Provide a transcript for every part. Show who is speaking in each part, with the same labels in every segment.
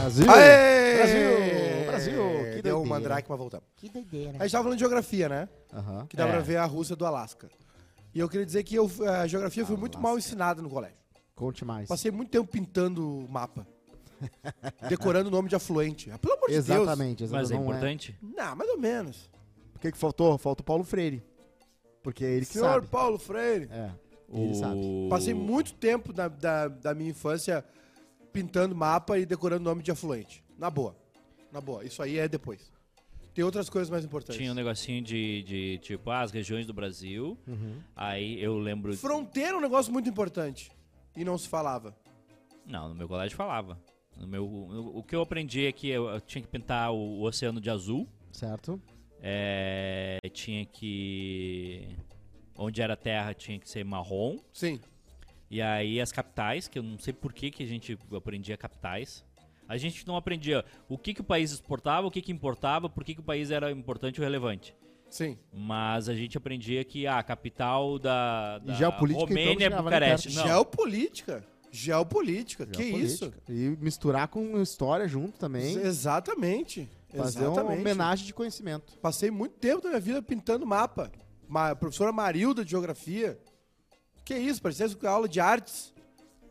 Speaker 1: Brasil!
Speaker 2: Aê!
Speaker 1: Brasil! Brasil! Que
Speaker 2: Deu
Speaker 1: doideira.
Speaker 2: um mandrake, mas voltamos.
Speaker 1: Que doideira.
Speaker 2: A gente tava falando de geografia, né?
Speaker 1: Aham.
Speaker 2: Que dá
Speaker 3: É.
Speaker 2: pra ver a Rússia do Alasca. E eu queria dizer que eu, eh, a geografia foi muito mal ensinada no colégio.
Speaker 1: Conte mais.
Speaker 2: Passei muito tempo pintando mapa. decorando o nome de afluente. Ah, pelo amor de
Speaker 1: Exatamente, exatamente.
Speaker 3: Mas é
Speaker 1: não
Speaker 3: importante?
Speaker 2: Deus. Não, mais ou menos.
Speaker 1: Por que, que faltou? Falta o Paulo Freire. Porque é ele que
Speaker 2: Senhor
Speaker 1: sabe.
Speaker 2: Paulo Freire.
Speaker 1: É. Ele sabe.
Speaker 3: O...
Speaker 2: Passei muito tempo da, da, da minha infância pintando mapa e decorando nome de afluente. Na boa. Na boa. Isso aí é depois. Tem outras coisas mais importantes.
Speaker 3: Tinha um negocinho de, de, tipo, ah, as regiões do Brasil. Aí eu lembro.
Speaker 2: Fronteira é um negócio muito importante. E não se falava.
Speaker 3: Não, no meu colégio falava. No meu, o- o que eu aprendi é que eu, eu tinha que pintar o, o oceano de azul.
Speaker 1: Certo?
Speaker 3: é, tinha que. Onde era terra tinha que ser marrom.
Speaker 2: Sim.
Speaker 3: E aí as capitais, que eu não sei por que, que a gente aprendia capitais. A gente não aprendia o que, que o país exportava, o que, que importava, por que, que o país era importante ou relevante.
Speaker 2: Sim.
Speaker 3: Mas a gente aprendia que ah, a capital da, da
Speaker 1: E geopolítica, então,
Speaker 3: Romênia é
Speaker 1: chegava ali
Speaker 3: Bucareste.
Speaker 1: perto.
Speaker 3: Não,
Speaker 2: Geopolítica. Geopolítica. Que isso?
Speaker 1: Geopolítica. E misturar com história junto também.
Speaker 2: Exatamente.
Speaker 1: Fazer uma
Speaker 2: Exatamente.
Speaker 1: homenagem de conhecimento.
Speaker 2: Passei muito tempo da minha vida pintando mapa. Ma professora Marilda de Geografia. Que isso? Parecia isso com aula de artes.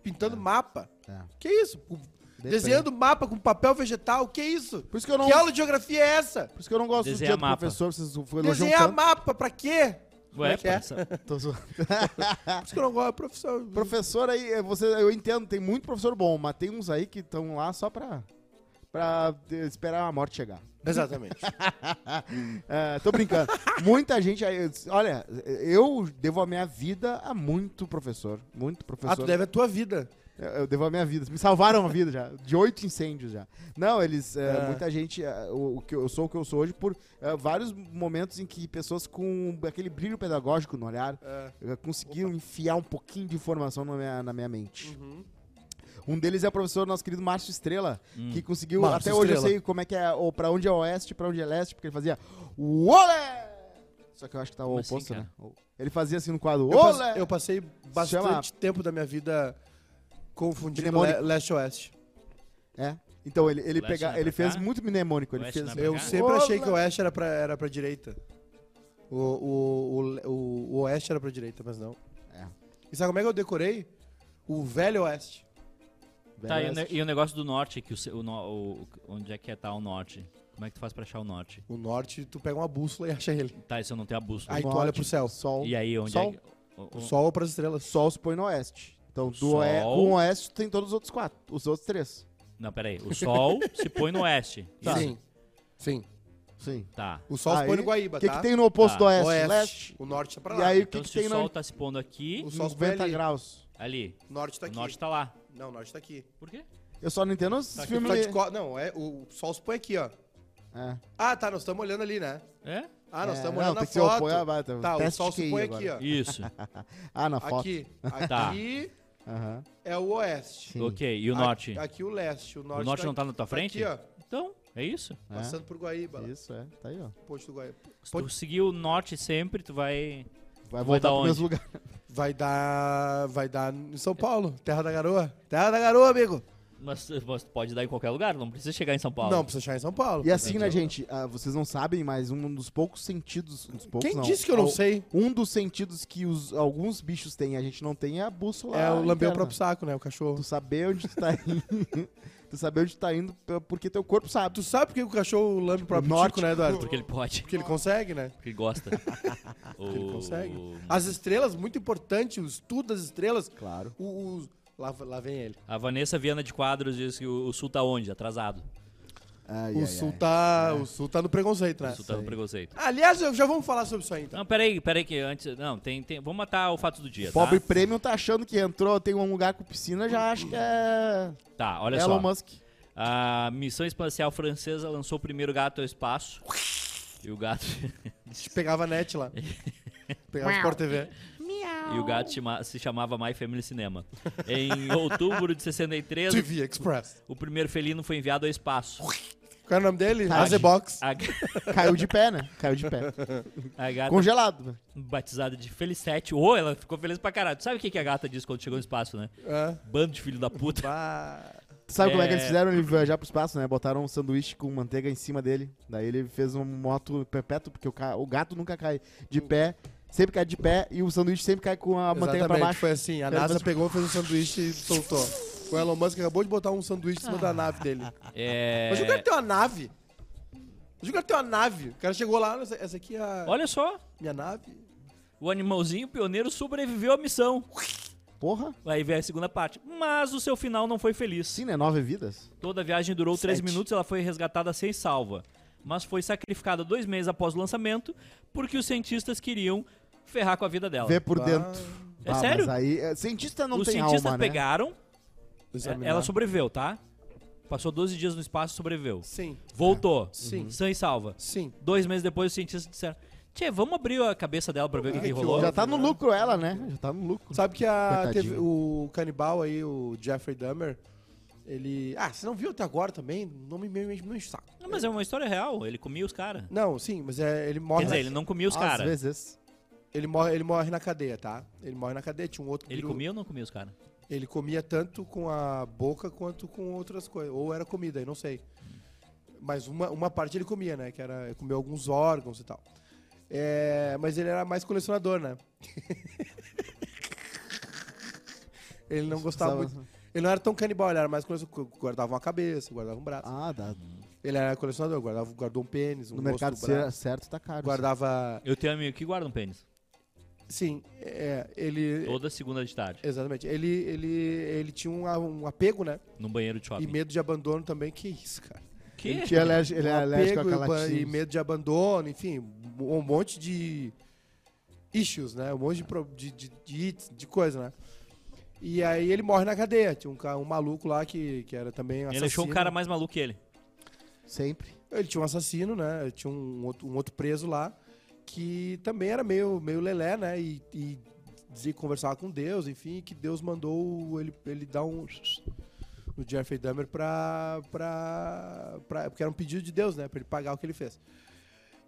Speaker 2: Pintando mapa.
Speaker 1: É.
Speaker 2: Que isso? Com- Desenhando mapa com papel vegetal. Que isso?
Speaker 1: Por isso que eu não,
Speaker 2: Que aula de geografia é essa?
Speaker 1: por isso que eu não gosto do
Speaker 3: Desenhar
Speaker 1: dia do
Speaker 3: mapa.
Speaker 1: professor, vocês elogiam
Speaker 2: Desenhar
Speaker 1: um tanto.
Speaker 2: mapa pra quê?
Speaker 3: Ué,
Speaker 2: é que é?
Speaker 3: parça-
Speaker 1: Tô zoando.
Speaker 2: Por isso que eu não gosto da profissão.
Speaker 1: Professor aí, é, você, eu entendo, tem muito professor bom, mas tem uns aí que estão lá só pra, pra eh, esperar a morte chegar.
Speaker 2: Exatamente.
Speaker 1: É, tô brincando. Muita gente aí. Olha, eu devo a minha vida a muito professor. Muito
Speaker 2: ah, tu
Speaker 1: professor.
Speaker 2: deve a tua vida.
Speaker 1: Eu- Eu devo a minha vida. Me salvaram a vida já. De oito incêndios já. Não, eles. é,
Speaker 2: É.
Speaker 1: Muita gente. é, o, o que eu sou o que eu sou hoje por é, vários momentos em que pessoas com aquele brilho pedagógico no olhar
Speaker 2: É.
Speaker 1: é, conseguiram enfiar um pouquinho de informação na minha, na minha mente.
Speaker 2: Uhum.
Speaker 1: Um deles é o professor nosso querido Márcio Estrela,
Speaker 3: Hum.
Speaker 1: que conseguiu.
Speaker 2: Márcio
Speaker 1: até hoje eu
Speaker 2: Estrela.
Speaker 1: sei como é que é, ou pra onde é oeste, pra onde é leste, porque ele fazia. Olé! Só que eu acho que tá o
Speaker 3: Como assim,
Speaker 1: oposto,
Speaker 3: cara?
Speaker 1: né? Ele fazia assim no quadro.
Speaker 2: Eu, pas-
Speaker 1: Olé!
Speaker 2: eu passei bastante tempo da minha vida confundindo
Speaker 1: Mnemônico.
Speaker 2: le- leste-oeste.
Speaker 1: É. Então ele, ele,
Speaker 3: Leste não é
Speaker 1: pega,
Speaker 3: pra
Speaker 1: ele fez
Speaker 3: cá?
Speaker 1: muito mnemônico. Ele
Speaker 3: Oeste
Speaker 1: fez.
Speaker 3: não é pra
Speaker 2: Eu
Speaker 3: cá?
Speaker 2: sempre
Speaker 1: Olá.
Speaker 2: achei que o oeste era pra, era pra direita. O, o, o, o- o oeste era pra direita, mas não.
Speaker 1: É.
Speaker 2: E sabe como é que eu decorei? O velho oeste.
Speaker 3: Tá, e, o
Speaker 2: né?
Speaker 3: ne- e o negócio do norte, que o, se- o no- o- onde é que é tá o norte? Como é que tu faz pra achar o norte?
Speaker 2: O norte, tu pega uma bússola e acha ele.
Speaker 3: Tá, isso eu não tenho a bússola.
Speaker 2: Aí tu olha pro céu.
Speaker 1: Sol.
Speaker 3: e aí, onde
Speaker 1: sol,
Speaker 3: é que. o-
Speaker 2: O
Speaker 3: o-
Speaker 2: sol ou pras estrelas.
Speaker 1: Sol se põe no oeste. Então do oe-
Speaker 3: Sol.
Speaker 1: com o oeste tem todos os outros quatro. Os outros três.
Speaker 3: Não, peraí. O sol se põe no oeste.
Speaker 1: Tá.
Speaker 2: Sim. Sim.
Speaker 1: Sim.
Speaker 3: Tá.
Speaker 2: O sol se põe no Guaíba,
Speaker 1: O que,
Speaker 2: tá?
Speaker 1: que tem no oposto
Speaker 3: Tá.
Speaker 1: do oeste?
Speaker 2: Oeste.
Speaker 1: Leste.
Speaker 2: O norte tá pra
Speaker 1: E
Speaker 2: lá.
Speaker 1: aí o que,
Speaker 3: Então,
Speaker 1: que
Speaker 3: se
Speaker 1: tem
Speaker 3: o sol
Speaker 1: no
Speaker 3: tá se pondo aqui,
Speaker 2: O sol se põe
Speaker 1: 90
Speaker 2: ali.
Speaker 1: graus?
Speaker 3: ali.
Speaker 2: O norte tá
Speaker 3: o
Speaker 2: aqui.
Speaker 3: norte tá lá.
Speaker 2: Não, o norte tá aqui.
Speaker 3: Por quê?
Speaker 1: Eu só não entendo os
Speaker 3: Tá aqui
Speaker 1: filmes.
Speaker 2: Tá de co- Não, é, o sol se põe aqui, ó.
Speaker 1: É.
Speaker 2: Ah, tá, nós estamos olhando ali, né?
Speaker 3: É?
Speaker 2: Ah, nós
Speaker 1: É,
Speaker 2: estamos
Speaker 1: não,
Speaker 2: olhando
Speaker 1: tem
Speaker 2: na
Speaker 1: que ser o
Speaker 2: foto.
Speaker 1: apoio- ah, tá,
Speaker 2: Tá, o
Speaker 1: teste
Speaker 2: sol
Speaker 1: de QI
Speaker 2: se põe
Speaker 1: agora.
Speaker 2: aqui, ó.
Speaker 3: Isso.
Speaker 1: Ah, na foto.
Speaker 2: Aqui.
Speaker 3: Tá.
Speaker 2: Aqui
Speaker 1: Aham.
Speaker 2: é o oeste.
Speaker 1: Sim.
Speaker 3: ok. E o
Speaker 2: A-
Speaker 3: norte?
Speaker 2: Aqui o leste. O norte,
Speaker 3: o norte não tá na tua
Speaker 2: aqui,
Speaker 3: frente?
Speaker 2: ó.
Speaker 3: Então, é isso.
Speaker 1: É.
Speaker 2: Passando por Guaíba, lá,
Speaker 1: Isso, é. Tá aí, ó.
Speaker 2: posto do Guaíba.
Speaker 3: Se
Speaker 2: Pode-
Speaker 3: tu seguir o norte sempre, tu vai.
Speaker 1: Vai
Speaker 3: Vai
Speaker 1: voltar
Speaker 3: dar
Speaker 1: pro
Speaker 3: onde?
Speaker 1: mesmo lugar.
Speaker 2: Vai dar, vai dar em São Paulo, Terra da Garoa. Terra da Garoa, amigo.
Speaker 3: Mas, mas tu pode dar em qualquer lugar, não precisa chegar em São Paulo.
Speaker 2: Não, precisa achar em São Paulo.
Speaker 1: E assim, né, gente? ah, vocês não sabem, mas um dos poucos sentidos. um dos poucos,
Speaker 2: Quem disse que eu não
Speaker 1: Al-
Speaker 2: sei?
Speaker 1: Um dos sentidos que os, alguns bichos têm e a gente não tem é a bússola.
Speaker 2: É o lamber o
Speaker 1: interna.
Speaker 2: próprio saco, né, o cachorro.
Speaker 1: Tu saber onde tu tá indo. tu saber onde tu tá indo p- porque teu corpo sabe.
Speaker 2: Tu sabe por que o cachorro lambe o próprio
Speaker 1: Tipo, norte.
Speaker 2: tico, né, Eduardo?
Speaker 3: Porque ele pode.
Speaker 2: Porque ele consegue, né?
Speaker 3: Porque ele gosta. Porque
Speaker 2: Ele consegue. As estrelas, muito importante, o estudo das estrelas.
Speaker 1: Claro.
Speaker 2: O, o- Lá, lá vem ele.
Speaker 3: A Vanessa Viana de Quadros diz que o, o sul tá onde? Atrasado.
Speaker 1: Ai,
Speaker 2: O
Speaker 1: ai,
Speaker 2: sul
Speaker 1: ai. É.
Speaker 2: tá, o sul tá no preconceito, né?
Speaker 3: o sul tá no preconceito.
Speaker 2: Aliás, eu- já vamos falar sobre isso aí, então.
Speaker 3: Não, peraí, peraí que antes... Não, tem, tem... Vamos matar o fato do dia, tá?
Speaker 1: Pobre Premium tá achando que entrou, tem um lugar com piscina, já acha que é.
Speaker 3: Tá, olha
Speaker 1: Elon
Speaker 3: só.
Speaker 1: Musk.
Speaker 3: A missão espacial francesa lançou o primeiro gato ao espaço. E o gato,
Speaker 2: A gente pegava a net lá. pegava o Sport TV.
Speaker 3: e o gato chama- se chamava My Family Cinema. Em outubro de 63,
Speaker 2: TV Express.
Speaker 3: o primeiro felino foi enviado ao espaço.
Speaker 2: Qual é o nome dele?
Speaker 1: Tag.
Speaker 2: Azebox.
Speaker 1: Ah.
Speaker 3: A, ga-
Speaker 1: Caiu de pé, né? Caiu de pé.
Speaker 3: a gata,
Speaker 1: Congelado. né?
Speaker 3: batizada de Felicete. Ô, ela ficou feliz pra caralho. Tu sabe o que que a gata disse quando chegou no espaço, né?
Speaker 2: É.
Speaker 3: Bando de filho da puta.
Speaker 2: Bah.
Speaker 1: Sabe como é que
Speaker 3: É.
Speaker 1: eles fizeram ele viajar pro espaço, né? Botaram um sanduíche com manteiga em cima dele. Daí ele fez uma moto perpétua, porque o, ca- o gato nunca cai de pé, sempre cai de pé e o sanduíche sempre cai com a manteiga pra
Speaker 2: Ah, Exatamente,
Speaker 1: baixo.
Speaker 2: Foi assim, a
Speaker 1: Era
Speaker 2: NASA
Speaker 1: mais-
Speaker 2: pegou, fez um sanduíche e soltou. O Elon Musk acabou de botar um sanduíche em cima
Speaker 1: Ah.
Speaker 2: da nave dele.
Speaker 3: É,
Speaker 2: Mas o cara tem uma nave. Mas o cara tem uma nave. O cara chegou lá, essa, essa aqui é a
Speaker 3: Olha só,
Speaker 2: minha nave.
Speaker 3: o animalzinho pioneiro sobreviveu à missão.
Speaker 1: Porra?
Speaker 3: Aí vem a segunda parte. Mas o seu final não foi feliz.
Speaker 1: Sim, né? Nove vidas.
Speaker 3: Toda a viagem durou 3
Speaker 2: Sete.
Speaker 3: minutos, ela foi resgatada sem salva. Mas foi sacrificada dois meses após o lançamento, porque os cientistas queriam ferrar com a vida dela.
Speaker 1: Vê por
Speaker 2: Ah.
Speaker 1: dentro.
Speaker 3: É sério?
Speaker 1: Mas aí, é, cientista não
Speaker 3: os
Speaker 1: tem
Speaker 3: cientistas
Speaker 1: alma, né?
Speaker 3: pegaram,
Speaker 2: Examinar.
Speaker 3: É, ela sobreviveu, tá? Passou 12 dias no espaço e sobreviveu.
Speaker 2: Sim,
Speaker 3: Voltou.
Speaker 2: Sim.
Speaker 3: Sã e salva.
Speaker 2: sim.
Speaker 3: Dois meses depois, os cientistas disseram: Tchê, vamos abrir a cabeça dela pra ver o que,
Speaker 2: Ah,
Speaker 3: que
Speaker 2: que
Speaker 3: rolou.
Speaker 1: Já tá no lucro ela, né? Já tá no lucro.
Speaker 2: Sabe que a
Speaker 1: Coitadinho.
Speaker 2: teve o canibal aí, o Jeffrey Dahmer, ele... Ah, você não viu até agora também? Não me, me, me, me enche o saco.
Speaker 3: Não, mas é uma história real, ele comia os caras.
Speaker 2: Não, sim, mas é, ele
Speaker 3: Quer
Speaker 2: morre...
Speaker 3: dizer, ele não comia os
Speaker 1: Às
Speaker 3: caras.
Speaker 1: vezes.
Speaker 2: Ele morre, ele morre na cadeia, tá? Ele morre na cadeia, tinha um outro...
Speaker 3: Ele
Speaker 2: peru-
Speaker 3: comia ou não comia os caras?
Speaker 2: Ele comia tanto com a boca quanto com outras coisas. Ou era comida, eu não sei. Mas uma, uma parte ele comia, né? Que era. Ele comeu alguns órgãos e tal. É, mas ele era mais colecionador, né? ele não gostava
Speaker 1: Precisava-
Speaker 2: muito. Ele não era tão canibal, ele era mais colecionador. Guardava uma cabeça, guardava um braço.
Speaker 1: Ah, dá.
Speaker 2: Ele era colecionador, guardava, guardou um pênis, um
Speaker 1: No
Speaker 2: osso
Speaker 1: mercado
Speaker 2: do
Speaker 1: cer-
Speaker 2: braço.
Speaker 1: certo tá caro.
Speaker 2: Guardava.
Speaker 3: Eu tenho amigo que guarda um pênis.
Speaker 2: Sim, é, ele.
Speaker 3: Toda segunda de tarde,
Speaker 2: Exatamente. Ele, ele, ele tinha um, a- um apego, né?
Speaker 3: num banheiro de
Speaker 2: E
Speaker 3: shopping.
Speaker 2: medo de abandono também, que isso, cara.
Speaker 3: Que?
Speaker 1: Ele, tinha alergi- ele é
Speaker 2: Um
Speaker 1: alérgico
Speaker 2: apego
Speaker 1: a
Speaker 2: e ba- E
Speaker 1: calatina.
Speaker 2: medo de abandono, enfim, um monte de issues, né? Um monte de, pro- de, de, de hits, de coisa, né? E aí ele morre na cadeia. Tinha um, ca- um maluco lá que, que era também assassino.
Speaker 3: Ele achou um cara mais maluco que ele.
Speaker 1: Sempre.
Speaker 2: Ele tinha um assassino, né? Tinha um outro, um outro preso lá que também era meio, meio lelé, né? E, e dizia que conversava com Deus, enfim, que Deus mandou ele, ele dar um no Jeffrey Dahmer pra, pra, pra. Porque era um pedido de Deus, né? Pra ele pagar o que ele fez.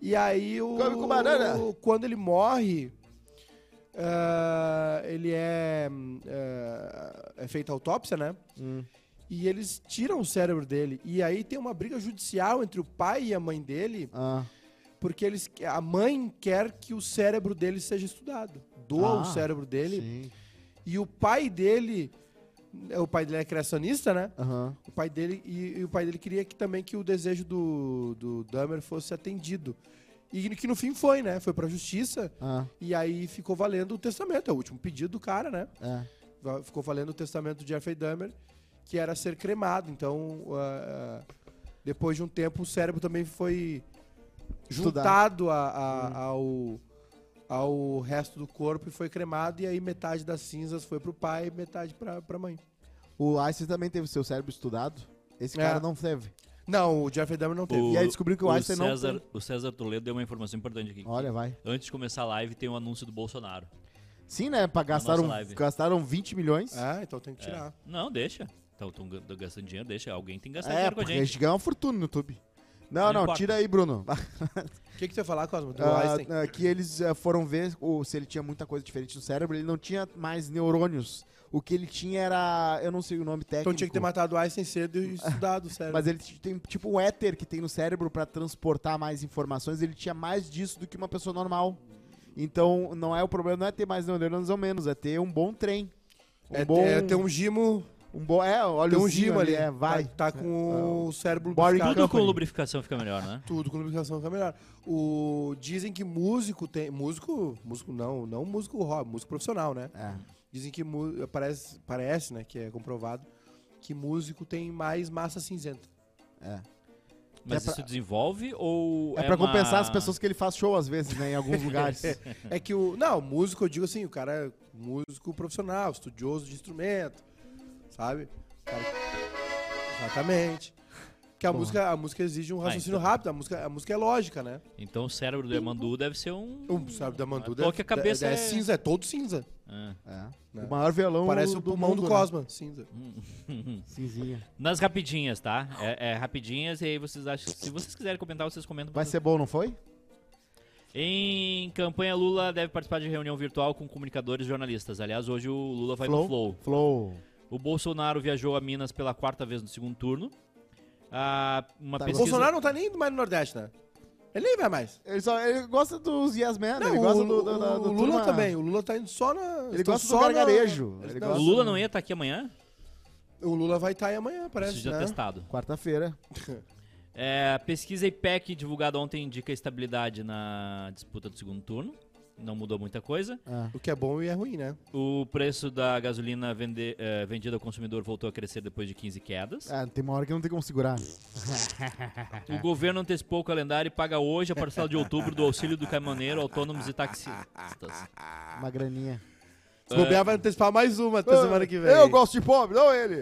Speaker 2: E aí o.
Speaker 1: Come com banana.
Speaker 2: Quando ele morre. ah, ele é, hum, ah, é feita a autópsia, né?
Speaker 1: Hum.
Speaker 2: E eles tiram o cérebro dele. E aí tem uma briga judicial entre o pai e a mãe dele,
Speaker 1: Ah,
Speaker 2: porque eles, a mãe quer que o cérebro dele seja estudado. Doa
Speaker 1: Ah,
Speaker 2: o cérebro dele.
Speaker 1: sim.
Speaker 2: E o pai dele. O pai dele é criacionista, né?
Speaker 1: Aham.
Speaker 2: O pai dele e, e o pai dele queria que também que o desejo do, do Dahmer fosse atendido. E que no fim foi, né? Foi pra justiça
Speaker 1: Ah,
Speaker 2: e aí ficou valendo o testamento, é o último pedido do cara, né?
Speaker 1: é.
Speaker 2: Va- Ficou valendo o testamento do Jeffrey Dahmer, que era ser cremado. Então, ah, ah, depois de um tempo, o cérebro também foi juntado a- a-
Speaker 1: Uhum.
Speaker 2: ao, ao resto do corpo e foi cremado. E aí metade das cinzas foi pro pai e metade pra, pra mãe.
Speaker 1: O Einstein também teve seu cérebro estudado. Esse
Speaker 2: É.
Speaker 1: cara não teve.
Speaker 2: Não, o Jeffrey Dahmer não teve.
Speaker 1: E aí descobriu que o
Speaker 3: o
Speaker 1: Einstein não
Speaker 3: César, O César Toledo deu uma informação importante aqui.
Speaker 1: Olha, vai.
Speaker 3: Antes de começar a live, tem um anúncio do Bolsonaro.
Speaker 1: Sim, né? Pra gastaram,
Speaker 3: nossa live.
Speaker 1: gastaram 20 milhões. É,
Speaker 2: Ah, então tem que tirar.
Speaker 3: Não, deixa. Estão gastando dinheiro, deixa. Alguém tem que gastar
Speaker 1: é
Speaker 3: dinheiro com a
Speaker 1: porque a
Speaker 3: gente.
Speaker 1: gente ganha uma fortuna no YouTube. Não,
Speaker 3: Não
Speaker 1: não,
Speaker 3: importa.
Speaker 1: tira aí, Bruno.
Speaker 2: O que, que tu ia falar, Cosmo? Do
Speaker 1: Ah,
Speaker 2: Einstein?
Speaker 1: ah, que eles ah, foram ver o- se ele tinha muita coisa diferente no cérebro. Ele não tinha mais neurônios. O que ele tinha era. Eu não sei o nome é técnico.
Speaker 2: Então tinha que ter matado o Einstein cedo e estudado o cérebro.
Speaker 1: Mas ele t- tem tipo um éter que tem no cérebro pra transportar mais informações. Ele tinha mais disso do que uma pessoa normal. Então, não é o problema, não é ter mais neurônios ou menos, é ter um bom trem. Um
Speaker 2: é,
Speaker 1: bom.
Speaker 2: é ter um gimo,
Speaker 1: um bom, é, olha
Speaker 2: tem
Speaker 1: o
Speaker 2: um gimo ali.
Speaker 1: É, vai.
Speaker 2: Tá, tá com o cérebro
Speaker 1: Boring
Speaker 2: lubrificado.
Speaker 3: Tudo
Speaker 1: Company.
Speaker 3: com lubrificação fica melhor, né?
Speaker 2: Tudo com lubrificação fica melhor. O, dizem que músico tem. Músico. Músico não, não músico hobby, músico profissional, né?
Speaker 1: É.
Speaker 2: Dizem que mu- parece, parece, né? Que é comprovado. Que músico tem mais massa cinzenta.
Speaker 3: Mas
Speaker 1: É pra-
Speaker 3: isso desenvolve ou.
Speaker 1: É, pra
Speaker 3: uma-
Speaker 1: compensar as pessoas que ele faz show às vezes, né? Em alguns lugares.
Speaker 2: É que o. Não, músico eu digo assim, o cara é músico profissional, estudioso de instrumento, sabe? O cara- Exatamente. Porque a
Speaker 1: Porra.
Speaker 2: música, a música exige um
Speaker 3: Ah,
Speaker 2: raciocínio
Speaker 3: então.
Speaker 2: rápido, a música, a música é lógica, né?
Speaker 3: Então o cérebro do Emandu deve ser um.
Speaker 2: O cérebro da Manduda
Speaker 3: Toque a cabeça
Speaker 2: é,
Speaker 3: é-
Speaker 2: cinza, é todo cinza.
Speaker 3: Ah.
Speaker 1: É.
Speaker 2: Né?
Speaker 1: O maior violão
Speaker 2: Parece o pulmão
Speaker 1: mundo,
Speaker 2: do Cosma, cinza.
Speaker 1: Né? Cinzinha.
Speaker 3: Nas rapidinhas, tá? É, é rapidinhas e aí vocês acham. Se vocês quiserem comentar, vocês comentam.
Speaker 1: Vai ser bom, não foi?
Speaker 3: Em campanha, Lula deve participar de reunião virtual com comunicadores e jornalistas. Aliás, hoje o Lula vai no Flow.
Speaker 1: Flow.
Speaker 3: O Bolsonaro viajou a Minas pela quarta vez no segundo turno. Ah, uma
Speaker 2: Tá, o
Speaker 3: pesquisa...
Speaker 2: Bolsonaro não tá nem indo mais no Nordeste, né? Ele nem vai mais.
Speaker 1: Ele, só, ele gosta dos yes man,
Speaker 2: Não,
Speaker 1: ele
Speaker 2: o,
Speaker 1: gosta do, do, do-
Speaker 2: o
Speaker 1: do
Speaker 2: Lula
Speaker 1: turma-
Speaker 2: também. O Lula tá indo só na.
Speaker 1: Ele
Speaker 2: estão
Speaker 1: gosta do
Speaker 2: só na-
Speaker 1: gargarejo,
Speaker 2: Eles
Speaker 1: ele
Speaker 2: tão-
Speaker 3: O Lula não ia estar aqui amanhã?
Speaker 2: O Lula vai estar aí amanhã, parece.
Speaker 3: Isso já
Speaker 2: né?
Speaker 3: testado.
Speaker 1: Quarta-feira.
Speaker 3: É, pesquisa IPEC divulgada ontem indica estabilidade na disputa do segundo turno. Não mudou muita coisa.
Speaker 1: Ah.
Speaker 2: O que é bom e é ruim, né?
Speaker 3: O preço da gasolina vende- eh, vendida ao consumidor voltou a crescer depois de 15 quedas.
Speaker 1: Ah, tem uma hora que não tem como segurar.
Speaker 3: O governo antecipou o calendário e paga hoje a parcela de outubro do auxílio do caminhoneiro, autônomos e taxistas.
Speaker 1: Uma graninha.
Speaker 3: É.
Speaker 2: Se bobear, vai antecipar mais uma até semana que vem.
Speaker 1: Ah, Eu gosto de pobre, não ele.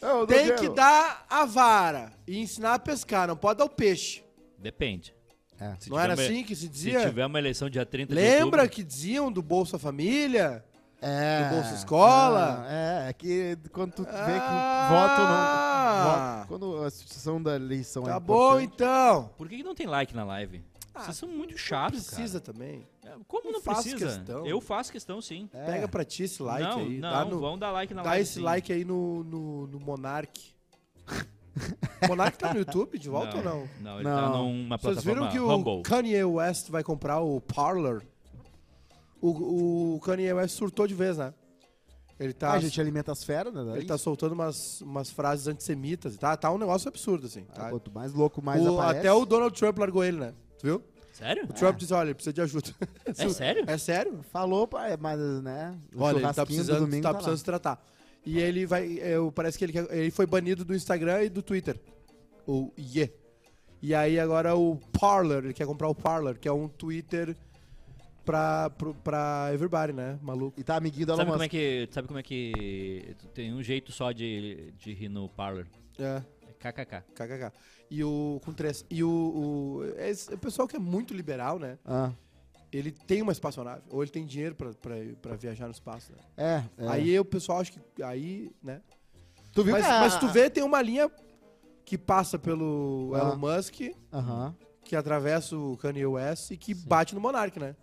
Speaker 1: É, Eu não
Speaker 2: Tem que
Speaker 1: quero.
Speaker 2: dar a vara e ensinar a pescar, não pode dar o peixe.
Speaker 3: Depende.
Speaker 1: É.
Speaker 3: Se
Speaker 2: Não
Speaker 3: tiver
Speaker 2: era
Speaker 3: uma-
Speaker 2: assim que se
Speaker 3: Se
Speaker 2: dizia?
Speaker 3: tiver né? uma eleição dia 30 de outubro...
Speaker 2: Lembra que diziam do Bolsa Família?
Speaker 1: É.
Speaker 2: Do Bolsa Escola?
Speaker 1: Não, é, é que quando tu vê que voto
Speaker 2: Ah.
Speaker 1: não. voto- quando a substituição da eleição é
Speaker 2: Tá bom
Speaker 1: importante-
Speaker 2: então.
Speaker 3: Por que que não tem like na live?
Speaker 2: Ah,
Speaker 3: Vocês são muito
Speaker 2: Não
Speaker 3: chatos, cara.
Speaker 2: precisa também.
Speaker 3: É, Como
Speaker 2: Não
Speaker 3: não
Speaker 2: faço
Speaker 3: precisa?
Speaker 2: questão.
Speaker 3: Eu faço questão, sim.
Speaker 1: É.
Speaker 2: Pega pra ti esse like
Speaker 3: não,
Speaker 2: aí.
Speaker 3: não,
Speaker 2: dá no,
Speaker 3: vão dar like na
Speaker 2: dá
Speaker 3: live.
Speaker 2: esse
Speaker 3: sim.
Speaker 2: like aí no, no, no Monark. Monark tá no YouTube de volta ou não?
Speaker 3: Não, ele tá
Speaker 1: Não.
Speaker 3: numa
Speaker 2: Vocês
Speaker 3: plataforma
Speaker 2: viram que o
Speaker 3: Rumble.
Speaker 2: Kanye West vai comprar o Parler? O, o Kanye West surtou de vez, né? Ele tá,
Speaker 1: A Ah, gente alimenta as feras, né?
Speaker 2: ele tá soltando umas, umas frases antissemitas. Tá, tá um negócio absurdo, assim.
Speaker 1: Ah,
Speaker 2: tá?
Speaker 1: Quanto mais louco, mais
Speaker 2: O-
Speaker 1: aparece. Ah.
Speaker 2: até o Donald Trump largou ele, né? Tu viu?
Speaker 3: Sério?
Speaker 2: O Trump disse, olha, ele precisa de ajuda.
Speaker 3: É sério?
Speaker 2: É sério?
Speaker 1: Falou, pai, mas, né? o
Speaker 2: Olha, ele tá
Speaker 1: churrasquinho do
Speaker 2: precisando,
Speaker 1: domingo
Speaker 2: tá
Speaker 1: lá.
Speaker 2: precisando se tratar. E ele vai. é, o- parece que ele, quer- ele foi banido do Instagram e do Twitter. O Ye. E aí agora o Parler, ele quer comprar o Parler, que é um Twitter pra, pro- pra everybody, né? Maluco.
Speaker 1: E tá amiguinho da
Speaker 3: Sabe
Speaker 1: Elon
Speaker 3: como, é
Speaker 1: Musk.
Speaker 3: que, tu sabe como é que. tu Tem um jeito só de, de rir no parlor.
Speaker 2: É,
Speaker 3: É KKK.
Speaker 2: kkk. E o. Com três. E o. O, esse- o pessoal que é muito liberal, né?
Speaker 1: Ah,
Speaker 2: Ele tem uma espaçonave. Ou ele tem dinheiro pra, pra, pra viajar no espaço, né?
Speaker 1: é, é.
Speaker 2: Aí o pessoal acha que. Aí, né?
Speaker 1: tu viu
Speaker 2: Mas,
Speaker 1: que a-
Speaker 2: mas tu vê, tem uma linha que passa pelo
Speaker 1: Ah.
Speaker 2: Elon Musk,
Speaker 1: Aham.
Speaker 2: que atravessa o Kanye West e que bate no Monark, né?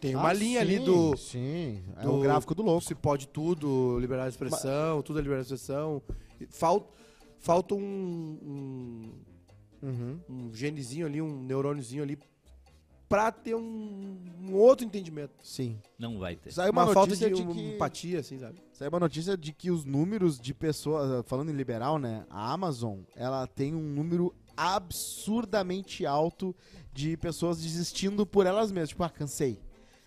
Speaker 2: Tem uma
Speaker 1: Ah,
Speaker 2: linha
Speaker 1: sim,
Speaker 2: ali do
Speaker 1: Sim, é
Speaker 2: do-
Speaker 1: o gráfico do louco.
Speaker 2: se pode tudo, liberdade de expressão, tudo é liberdade de expressão. E Falta, falta um,
Speaker 1: Uhum.
Speaker 2: um, um genezinho ali, um neurôniozinho ali pra ter um, um outro entendimento.
Speaker 1: Sim.
Speaker 3: Não vai ter.
Speaker 1: Saiu uma,
Speaker 2: uma falta de,
Speaker 1: notícia de,
Speaker 2: um-
Speaker 1: que...
Speaker 2: empatia, assim, sabe?
Speaker 1: Saiu uma notícia de que os números de pessoas, eh, falando em liberal, né? A Amazon, ela tem um número absurdamente alto de pessoas desistindo por elas mesmas. Tipo, ah, cansei.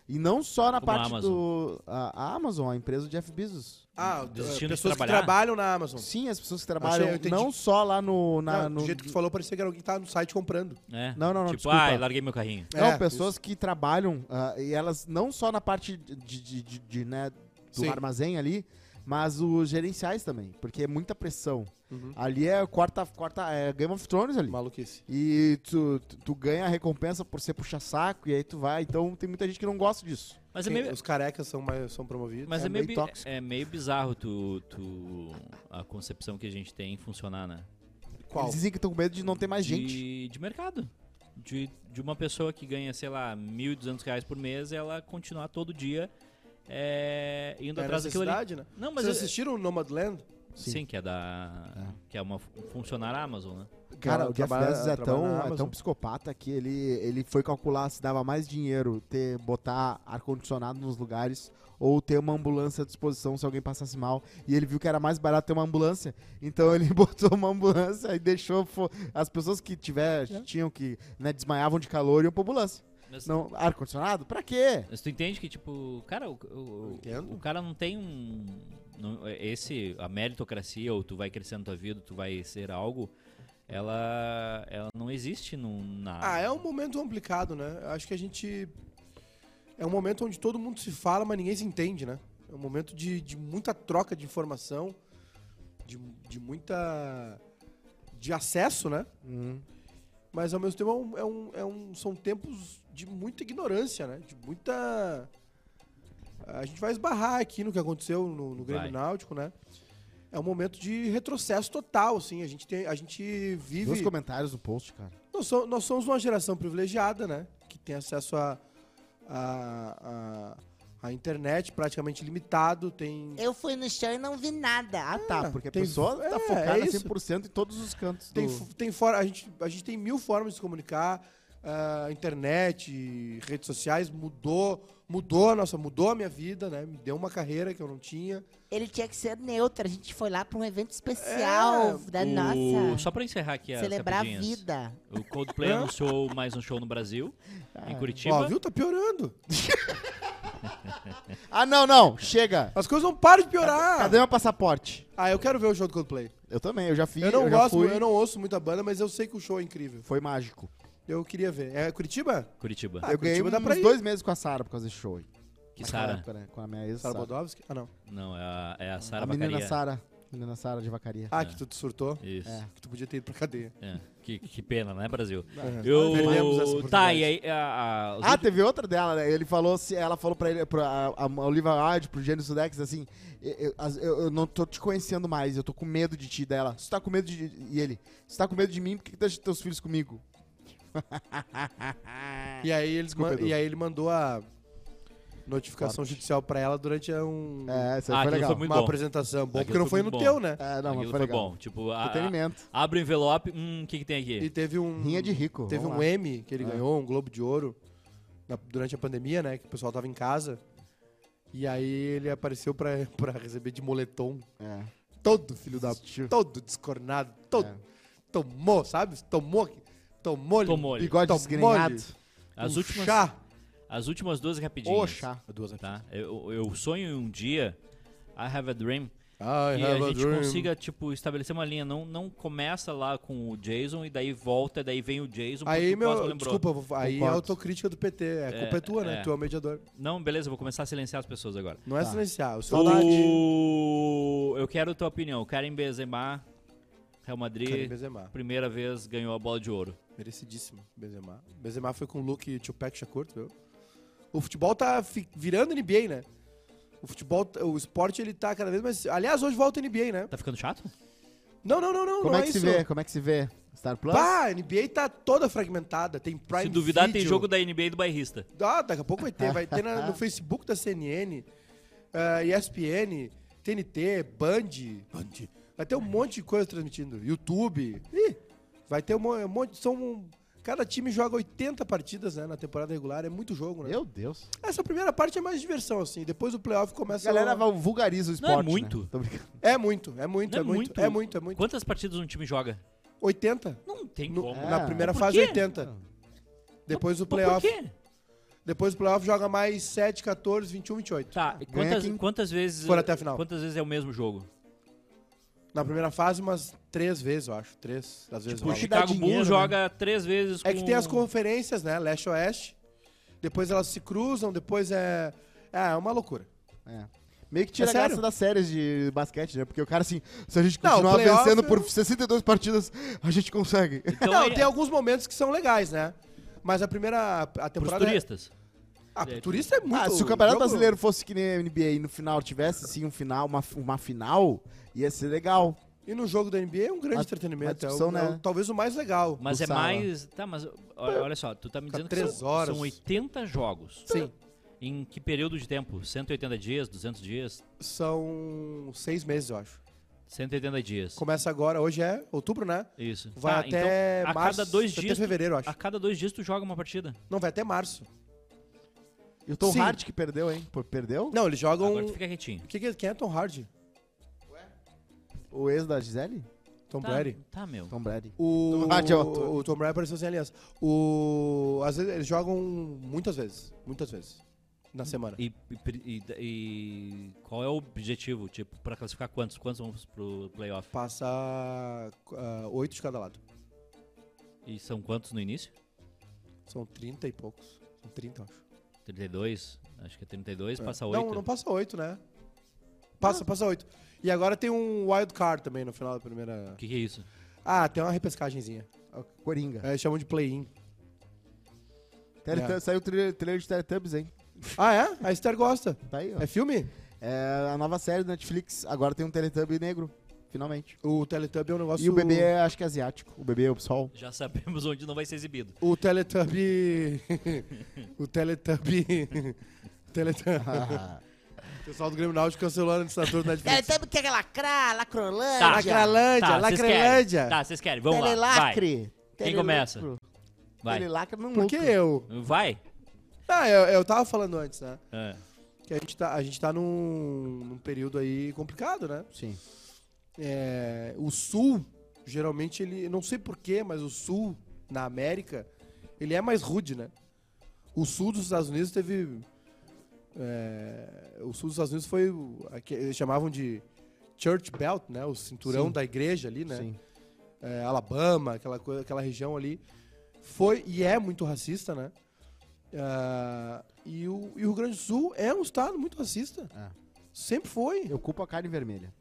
Speaker 1: E não só na
Speaker 3: Como a
Speaker 1: parte
Speaker 3: Amazon.
Speaker 1: do. A, a Amazon, a empresa do Jeff Bezos.
Speaker 2: Ah,
Speaker 3: Desistindo de
Speaker 2: pessoas que
Speaker 3: trabalhar?
Speaker 2: trabalham na Amazon.
Speaker 1: Sim, as pessoas que
Speaker 2: Achei, eu
Speaker 1: trabalham
Speaker 2: entendi.
Speaker 1: não só lá no. na-
Speaker 2: Não,
Speaker 1: no-
Speaker 2: do jeito que tu falou, parecia que era alguém que tava no site comprando.
Speaker 3: É.
Speaker 1: Não, não, não,
Speaker 3: Tipo,
Speaker 1: desculpa.
Speaker 3: ah, larguei meu carrinho.
Speaker 1: Não,
Speaker 2: É,
Speaker 1: pessoas que trabalham, ah, e elas não só na parte de, de- de- de, né, do
Speaker 2: Sim.
Speaker 1: armazém ali, mas os gerenciais também, porque é muita pressão.
Speaker 2: Uhum.
Speaker 1: Ali é quarta, quarta é Game of Thrones ali.
Speaker 2: Maluquice.
Speaker 1: E tu, tu- tu ganha a recompensa por ser puxa-saco, e aí tu vai. Então tem muita gente que não gosta disso.
Speaker 3: Mas é
Speaker 2: Quem-
Speaker 3: meio.
Speaker 2: Os carecas são, mais, são promovidos.
Speaker 3: Mas
Speaker 1: é
Speaker 3: é, meio,
Speaker 1: meio
Speaker 3: bi-
Speaker 1: tóxico.
Speaker 3: é meio bizarro tu, tu- a concepção que a gente tem funcionar, né?
Speaker 2: Qual?
Speaker 1: Eles dizem que estão com medo de não ter mais gente.
Speaker 3: De, de mercado. De, de uma pessoa que ganha, sei lá, 1.200 reais por mês, ela continuar todo dia é, indo
Speaker 2: É
Speaker 3: atrás daquilo ali.
Speaker 2: necessidade, né?
Speaker 3: Não, mas
Speaker 2: Vocês
Speaker 3: eu-
Speaker 2: assistiram o Nomadland?
Speaker 3: Sim. que é da. Que é uma fu- funcionária Amazon, né?
Speaker 1: Cara,
Speaker 2: Ela
Speaker 1: o Jeff
Speaker 2: trabalha-
Speaker 1: Bezos
Speaker 2: ela
Speaker 1: é
Speaker 2: trabalha na
Speaker 1: tão, é
Speaker 2: Amazon.
Speaker 1: tão psicopata que ele, ele foi calcular se dava mais dinheiro ter botar ar-condicionado nos lugares ou ter uma ambulância à disposição se alguém passasse mal. E ele viu que era mais barato ter uma ambulância. Então ele botou uma ambulância e deixou fo- as pessoas que tiver, tinham que né, desmaiavam de calor iam pra ambulância.
Speaker 3: Mas-
Speaker 1: Não, ar-condicionado? Pra quê?
Speaker 3: Mas tu entende que, tipo, cara, o,
Speaker 2: Eu
Speaker 3: o,
Speaker 2: entendo.
Speaker 3: o cara não tem um. não- esse, a meritocracia, ou tu vai crescendo tua vida, tu vai ser algo, ela, ela não existe no, na.
Speaker 2: Ah, é um momento complicado, né? Eu Acho que a gente. É um momento onde todo mundo se fala, mas ninguém se entende, né? É um momento de, de muita troca de informação, de, de muita. de acesso, né?
Speaker 3: Uhum.
Speaker 2: Mas ao mesmo tempo é um- é um- é um- são tempos de muita ignorância, né? De muita. A gente vai esbarrar aqui no que aconteceu no, no Grêmio
Speaker 3: Vai.
Speaker 2: Náutico, né? É um momento de retrocesso total, assim. A gente, tem, a gente vive.
Speaker 1: Dois comentários no post, cara.
Speaker 2: Nós, so- nós somos uma geração privilegiada, né? Que tem acesso a, a, a, A internet praticamente limitado, tem.
Speaker 4: Eu fui no show e não vi nada. Ah,
Speaker 1: Tá, porque a
Speaker 2: tem-
Speaker 1: pessoa
Speaker 2: é,
Speaker 1: tá focada
Speaker 2: é isso.
Speaker 1: 100% em todos os cantos
Speaker 2: Tem,
Speaker 1: do...
Speaker 2: fo- tem fora, a, gente, a gente tem mil formas de se comunicar. ah, internet, redes sociais, mudou, mudou, nossa, mudou a minha vida, né? Me deu uma carreira que eu não tinha.
Speaker 4: Ele tinha que ser neutro. A gente foi lá pra um evento especial da
Speaker 3: É, O-
Speaker 4: nossa.
Speaker 3: Só pra encerrar aqui as
Speaker 4: celebrar a
Speaker 3: rapidinhas.
Speaker 4: vida.
Speaker 3: O Coldplay
Speaker 2: Hã?
Speaker 3: anunciou mais um show no Brasil, em Curitiba.
Speaker 2: Ó, viu? Tá piorando.
Speaker 1: Ah, não, não, chega.
Speaker 2: As coisas não param de piorar.
Speaker 1: Cadê meu passaporte?
Speaker 2: Ah, eu quero ver o show do Coldplay.
Speaker 1: Eu também, eu já fiz,
Speaker 2: eu não
Speaker 1: já
Speaker 2: gosto,
Speaker 1: fui.
Speaker 2: eu não ouço muita banda, mas eu sei que o show é incrível.
Speaker 1: Foi mágico. tipo,
Speaker 2: Eu queria ver. É Curitiba?
Speaker 3: Curitiba.
Speaker 2: Ah,
Speaker 1: eu ganhei
Speaker 2: Curitiba
Speaker 1: uns
Speaker 2: dá pra ir.
Speaker 1: dois meses com a Sara por causa desse show. aí.
Speaker 3: que
Speaker 1: Naquela
Speaker 3: Sara.
Speaker 1: época, né, Com a minha ex,
Speaker 2: Sara
Speaker 1: Sara.
Speaker 2: Bodovski? Ah, não.
Speaker 3: Não, é a, é a Sara
Speaker 1: a menina
Speaker 3: Bacaria.
Speaker 1: Sara. Menina Sara de vacaria.
Speaker 2: Ah, que tu te surtou.
Speaker 3: Isso.
Speaker 1: É.
Speaker 2: Que tu podia ter ido pra cadeia.
Speaker 3: é. Que, que pena, né, Brasil?
Speaker 2: Aham. Perdemos essa
Speaker 3: Eu...
Speaker 2: oportunidade.
Speaker 3: Tá, e aí... a- a- os
Speaker 1: Ah, teve outra dela, né? Ele falou, se ela falou pra ele, pra a, a Oliva Hard, pro Gênio Sudex, assim, eu, eu- as- eu- eu não tô te conhecendo mais, eu tô com medo de ti dela. Você tá com medo de. E ele, você tá com medo de mim, por que que deixa teus filhos comigo?
Speaker 2: E aí, eles
Speaker 1: Desculpa,
Speaker 2: man-
Speaker 1: Edu.
Speaker 2: e aí ele mandou a notificação judicial pra ela durante um...
Speaker 1: É, isso aí foi
Speaker 3: Ah, aquilo
Speaker 1: legal.
Speaker 3: foi muito
Speaker 2: uma
Speaker 3: bom.
Speaker 2: apresentação. Bom,
Speaker 3: Aquilo
Speaker 2: porque não
Speaker 3: foi
Speaker 2: foi,
Speaker 3: muito
Speaker 2: no
Speaker 3: bom.
Speaker 2: teu, né?
Speaker 1: É, não, mas
Speaker 3: Aquilo
Speaker 1: foi
Speaker 3: foi
Speaker 1: legal.
Speaker 3: bom. Tipo, a- a-
Speaker 1: Entretenimento.
Speaker 3: abre o envelope, hum, o que que tem
Speaker 2: E
Speaker 3: aqui?
Speaker 2: teve um...
Speaker 1: Rinha de rico.
Speaker 2: Teve
Speaker 1: vamos
Speaker 2: um
Speaker 1: lá.
Speaker 2: M que ele
Speaker 1: É.
Speaker 2: ganhou, um Globo de Ouro, na- durante a pandemia, né? Que o pessoal tava em casa. E aí ele apareceu pra, pra receber de moletom.
Speaker 1: É.
Speaker 2: Todo filho da...
Speaker 1: Assistiu.
Speaker 2: Todo descornado, todo.
Speaker 1: É.
Speaker 2: Tomou, sabe? Tomou... Tomou...
Speaker 3: Tomou ele.
Speaker 1: Bigode
Speaker 2: tomou-lhe
Speaker 1: desgrenhado.
Speaker 3: As
Speaker 2: um
Speaker 3: últimas,
Speaker 2: Chá.
Speaker 3: as últimas duas rapidinhas.
Speaker 1: Oxa.
Speaker 2: Duas
Speaker 3: Tá? Eu, eu sonho em um dia, I have a dream,
Speaker 2: I
Speaker 3: que a gente consiga, tipo, estabelecer uma linha. Não, não começa lá com o Jason e daí volta, daí vem o Jason, porque
Speaker 2: Aí,
Speaker 3: o Cosmo
Speaker 2: meu,
Speaker 3: lembrou.
Speaker 2: desculpa, vou- aí é
Speaker 1: Concordo.
Speaker 2: autocrítica do PT. É culpa é tua, né?
Speaker 3: é.
Speaker 2: Tu é o mediador.
Speaker 3: Não, beleza, vou começar a silenciar as pessoas agora.
Speaker 2: Não é
Speaker 1: Tá.
Speaker 2: silenciar. O saudade.
Speaker 3: O... Eu quero a tua opinião. Karim Benzema, Real Madrid,
Speaker 2: Karim Benzema.
Speaker 3: primeira vez ganhou a bola de ouro.
Speaker 2: Merecidíssimo. Benzema. Benzema foi com o look Tupac Shakur, tu viu? O futebol tá fi- virando NBA, né? O futebol, t- o esporte, ele tá cada vez mais... Aliás, hoje volta NBA, né?
Speaker 3: Tá ficando chato?
Speaker 2: Não, não, não, não.
Speaker 1: Como
Speaker 2: não
Speaker 1: é que se
Speaker 2: isso.
Speaker 1: vê? Como é que se vê? Star Plus?
Speaker 2: Pá, a NBA tá toda fragmentada. Tem Prime
Speaker 3: Se duvidar, tem
Speaker 2: Video.
Speaker 3: jogo da NBA e do bairrista.
Speaker 2: Ah, daqui a pouco vai ter. Vai ter na- no Facebook da CNN, eh, ESPN, TNT, Band. Band. Vai ter um monte de coisa transmitindo. YouTube. Ih, vai ter um, mo- um monte. São. Cada time joga 80 partidas né, na temporada regular. É muito jogo, né?
Speaker 1: Meu Deus.
Speaker 2: Essa primeira parte é mais diversão, assim. Depois o playoff
Speaker 1: A
Speaker 2: começa.
Speaker 1: galera vai- vulgariza o
Speaker 3: Não, é
Speaker 1: esporte. né?
Speaker 3: muito.
Speaker 1: Tô brincando.
Speaker 2: É muito, é muito,
Speaker 3: Não
Speaker 2: é, muito, É muito, é muito.
Speaker 3: Quantas partidas um time joga?
Speaker 2: 80.
Speaker 3: Não tem
Speaker 2: no-
Speaker 3: como.
Speaker 1: É.
Speaker 2: Na primeira
Speaker 3: Por
Speaker 2: fase,
Speaker 3: quê?
Speaker 2: 80. Depois o
Speaker 3: Mas Por
Speaker 2: playoff.
Speaker 3: quê?
Speaker 2: Depois o playoff joga mais 7, 14, 21, 28.
Speaker 3: Tá, e quantas,
Speaker 1: quem
Speaker 3: quantas vezes.
Speaker 2: for até a final.
Speaker 3: Quantas vezes é o mesmo jogo?
Speaker 2: Na primeira fase, umas três vezes, eu acho. Três, às vezes.
Speaker 1: Tipo,
Speaker 3: O
Speaker 2: rola.
Speaker 1: que dá
Speaker 3: Chicago
Speaker 1: dinheiro,
Speaker 3: Bulls
Speaker 1: né?
Speaker 3: joga três vezes com.
Speaker 2: É que tem as conferências, né? Leste e Oeste. Depois elas se cruzam, depois é. É, é uma loucura.
Speaker 1: É. Meio que tira
Speaker 2: É
Speaker 1: a graça
Speaker 2: sério?
Speaker 1: das séries de basquete, né? Porque o cara, assim, se a gente
Speaker 2: Não,
Speaker 1: continuar
Speaker 2: playoff
Speaker 1: vencendo
Speaker 2: é-
Speaker 1: por 62 partidas, a gente consegue.
Speaker 3: Então,
Speaker 2: Não,
Speaker 3: é-
Speaker 2: tem alguns momentos que são legais, né? Mas a primeira. A
Speaker 3: Pros
Speaker 2: temporada.
Speaker 3: turistas.
Speaker 2: É... Ah, pro turista é muito.
Speaker 1: Ah, se o Campeonato
Speaker 2: jogo-
Speaker 1: Brasileiro fosse que nem a NBA e no final tivesse, sim, um final, uma, uma final, ia ser legal.
Speaker 2: E no jogo da NBA é um grande
Speaker 1: Uma-
Speaker 2: entretenimento.
Speaker 1: uma discussão,
Speaker 2: é, o, é o-
Speaker 1: né?
Speaker 2: talvez o mais legal.
Speaker 3: Mas
Speaker 1: do
Speaker 3: é
Speaker 1: Sala.
Speaker 3: mais. Tá, mas ó, olha só, tu tá me
Speaker 2: Fica
Speaker 3: dizendo que
Speaker 2: três
Speaker 3: são,
Speaker 2: horas.
Speaker 3: são 80 jogos.
Speaker 2: Sim.
Speaker 3: Em que período de tempo? 180 dias, 200 dias?
Speaker 2: São seis meses, eu acho.
Speaker 3: 180 dias.
Speaker 2: Começa agora, hoje é outubro, né?
Speaker 3: Isso.
Speaker 2: Vai
Speaker 3: Tá,
Speaker 2: até
Speaker 3: então, a
Speaker 2: março.
Speaker 3: cada dois
Speaker 2: até
Speaker 3: dias. tu-
Speaker 2: fevereiro, eu acho.
Speaker 3: a cada dois dias tu joga uma partida.
Speaker 2: Não, vai até março.
Speaker 1: E o Tom
Speaker 2: Sim.
Speaker 1: Hart que perdeu, hein? Pô, perdeu?
Speaker 2: Não, eles jogam.
Speaker 3: Agora tu fica quietinho.
Speaker 2: Que que é- quem é Tom Hardy?
Speaker 1: O ex da Gisele?
Speaker 2: Tom
Speaker 3: Tá,
Speaker 2: Brady.
Speaker 3: tá, meu.
Speaker 1: Tom Brady.
Speaker 2: O,
Speaker 1: Tom Hardy é o ator.
Speaker 2: o, Tom Brady apareceu sem aliança. O, às vezes, eles jogam muitas vezes. Muitas vezes. Na semana.
Speaker 3: E, e pri- e da- e qual é o objetivo? Tipo, pra classificar quantos? Quantos vão pro playoff?
Speaker 2: Passa ah, oito de cada lado.
Speaker 3: E são quantos no início?
Speaker 2: São 30 e poucos. São 30, eu acho.
Speaker 3: 32? Acho que é 32,
Speaker 2: É.
Speaker 3: passa 8.
Speaker 2: Não, não passa oito, né? Passa, passa oito. E agora tem um wild card também no final da primeira.
Speaker 3: O que, que é isso?
Speaker 2: Ah, tem uma repescagenzinha.
Speaker 1: Coringa.
Speaker 2: É, chamam de play-in.
Speaker 1: Teletub-
Speaker 2: É.
Speaker 1: Saiu o trailer, trailer de Teletubbies, hein?
Speaker 2: Ah, é? A Esther gosta.
Speaker 1: Tá aí, ó.
Speaker 2: É filme?
Speaker 1: É a nova série da Netflix. Agora tem um Teletubby negro, finalmente.
Speaker 2: O Teletubby é um negócio.
Speaker 1: E o bebê, é, acho que é asiático. O bebê é o pessoal.
Speaker 3: Já sabemos onde não vai ser exibido.
Speaker 2: O Teletubby. o Teletubby. Teletan. o pessoal do Grêmio Náutico cancelou a tá assinatura do
Speaker 4: Cara,
Speaker 2: Netflix.
Speaker 4: também quer é lacrar,
Speaker 3: Tá.
Speaker 4: lacrolândia.
Speaker 2: Lacralândia,
Speaker 3: Tá, vocês
Speaker 2: Lacrelândia.
Speaker 3: querem. Tá, vocês querem. Vamos lá. Vai.
Speaker 4: Telelacre.
Speaker 3: Quem começa?
Speaker 4: Telelucro.
Speaker 3: Vai.
Speaker 4: Telelacre não
Speaker 2: Por que eu?
Speaker 3: Vai.
Speaker 2: Ah, eu, eu tava falando antes, né?
Speaker 3: Ah,
Speaker 2: Que a gente tá, a gente tá num, num período aí complicado, né?
Speaker 1: Sim.
Speaker 2: É, o Sul, geralmente, ele. Não sei porquê, mas o Sul, na América, ele é mais rude, né? O Sul dos Estados Unidos teve. é, o Sul dos Estados Unidos foi. o- a que Eles chamavam de Church Belt, né? O cinturão
Speaker 1: Sim.
Speaker 2: da igreja ali, né?
Speaker 1: Sim.
Speaker 2: é, Alabama, aquela, coisa, aquela região ali, foi e é muito racista, né? Ah, e, o, e o Rio Grande do Sul é um estado muito racista.
Speaker 1: É.
Speaker 2: Sempre foi.
Speaker 1: Eu culpo a carne vermelha.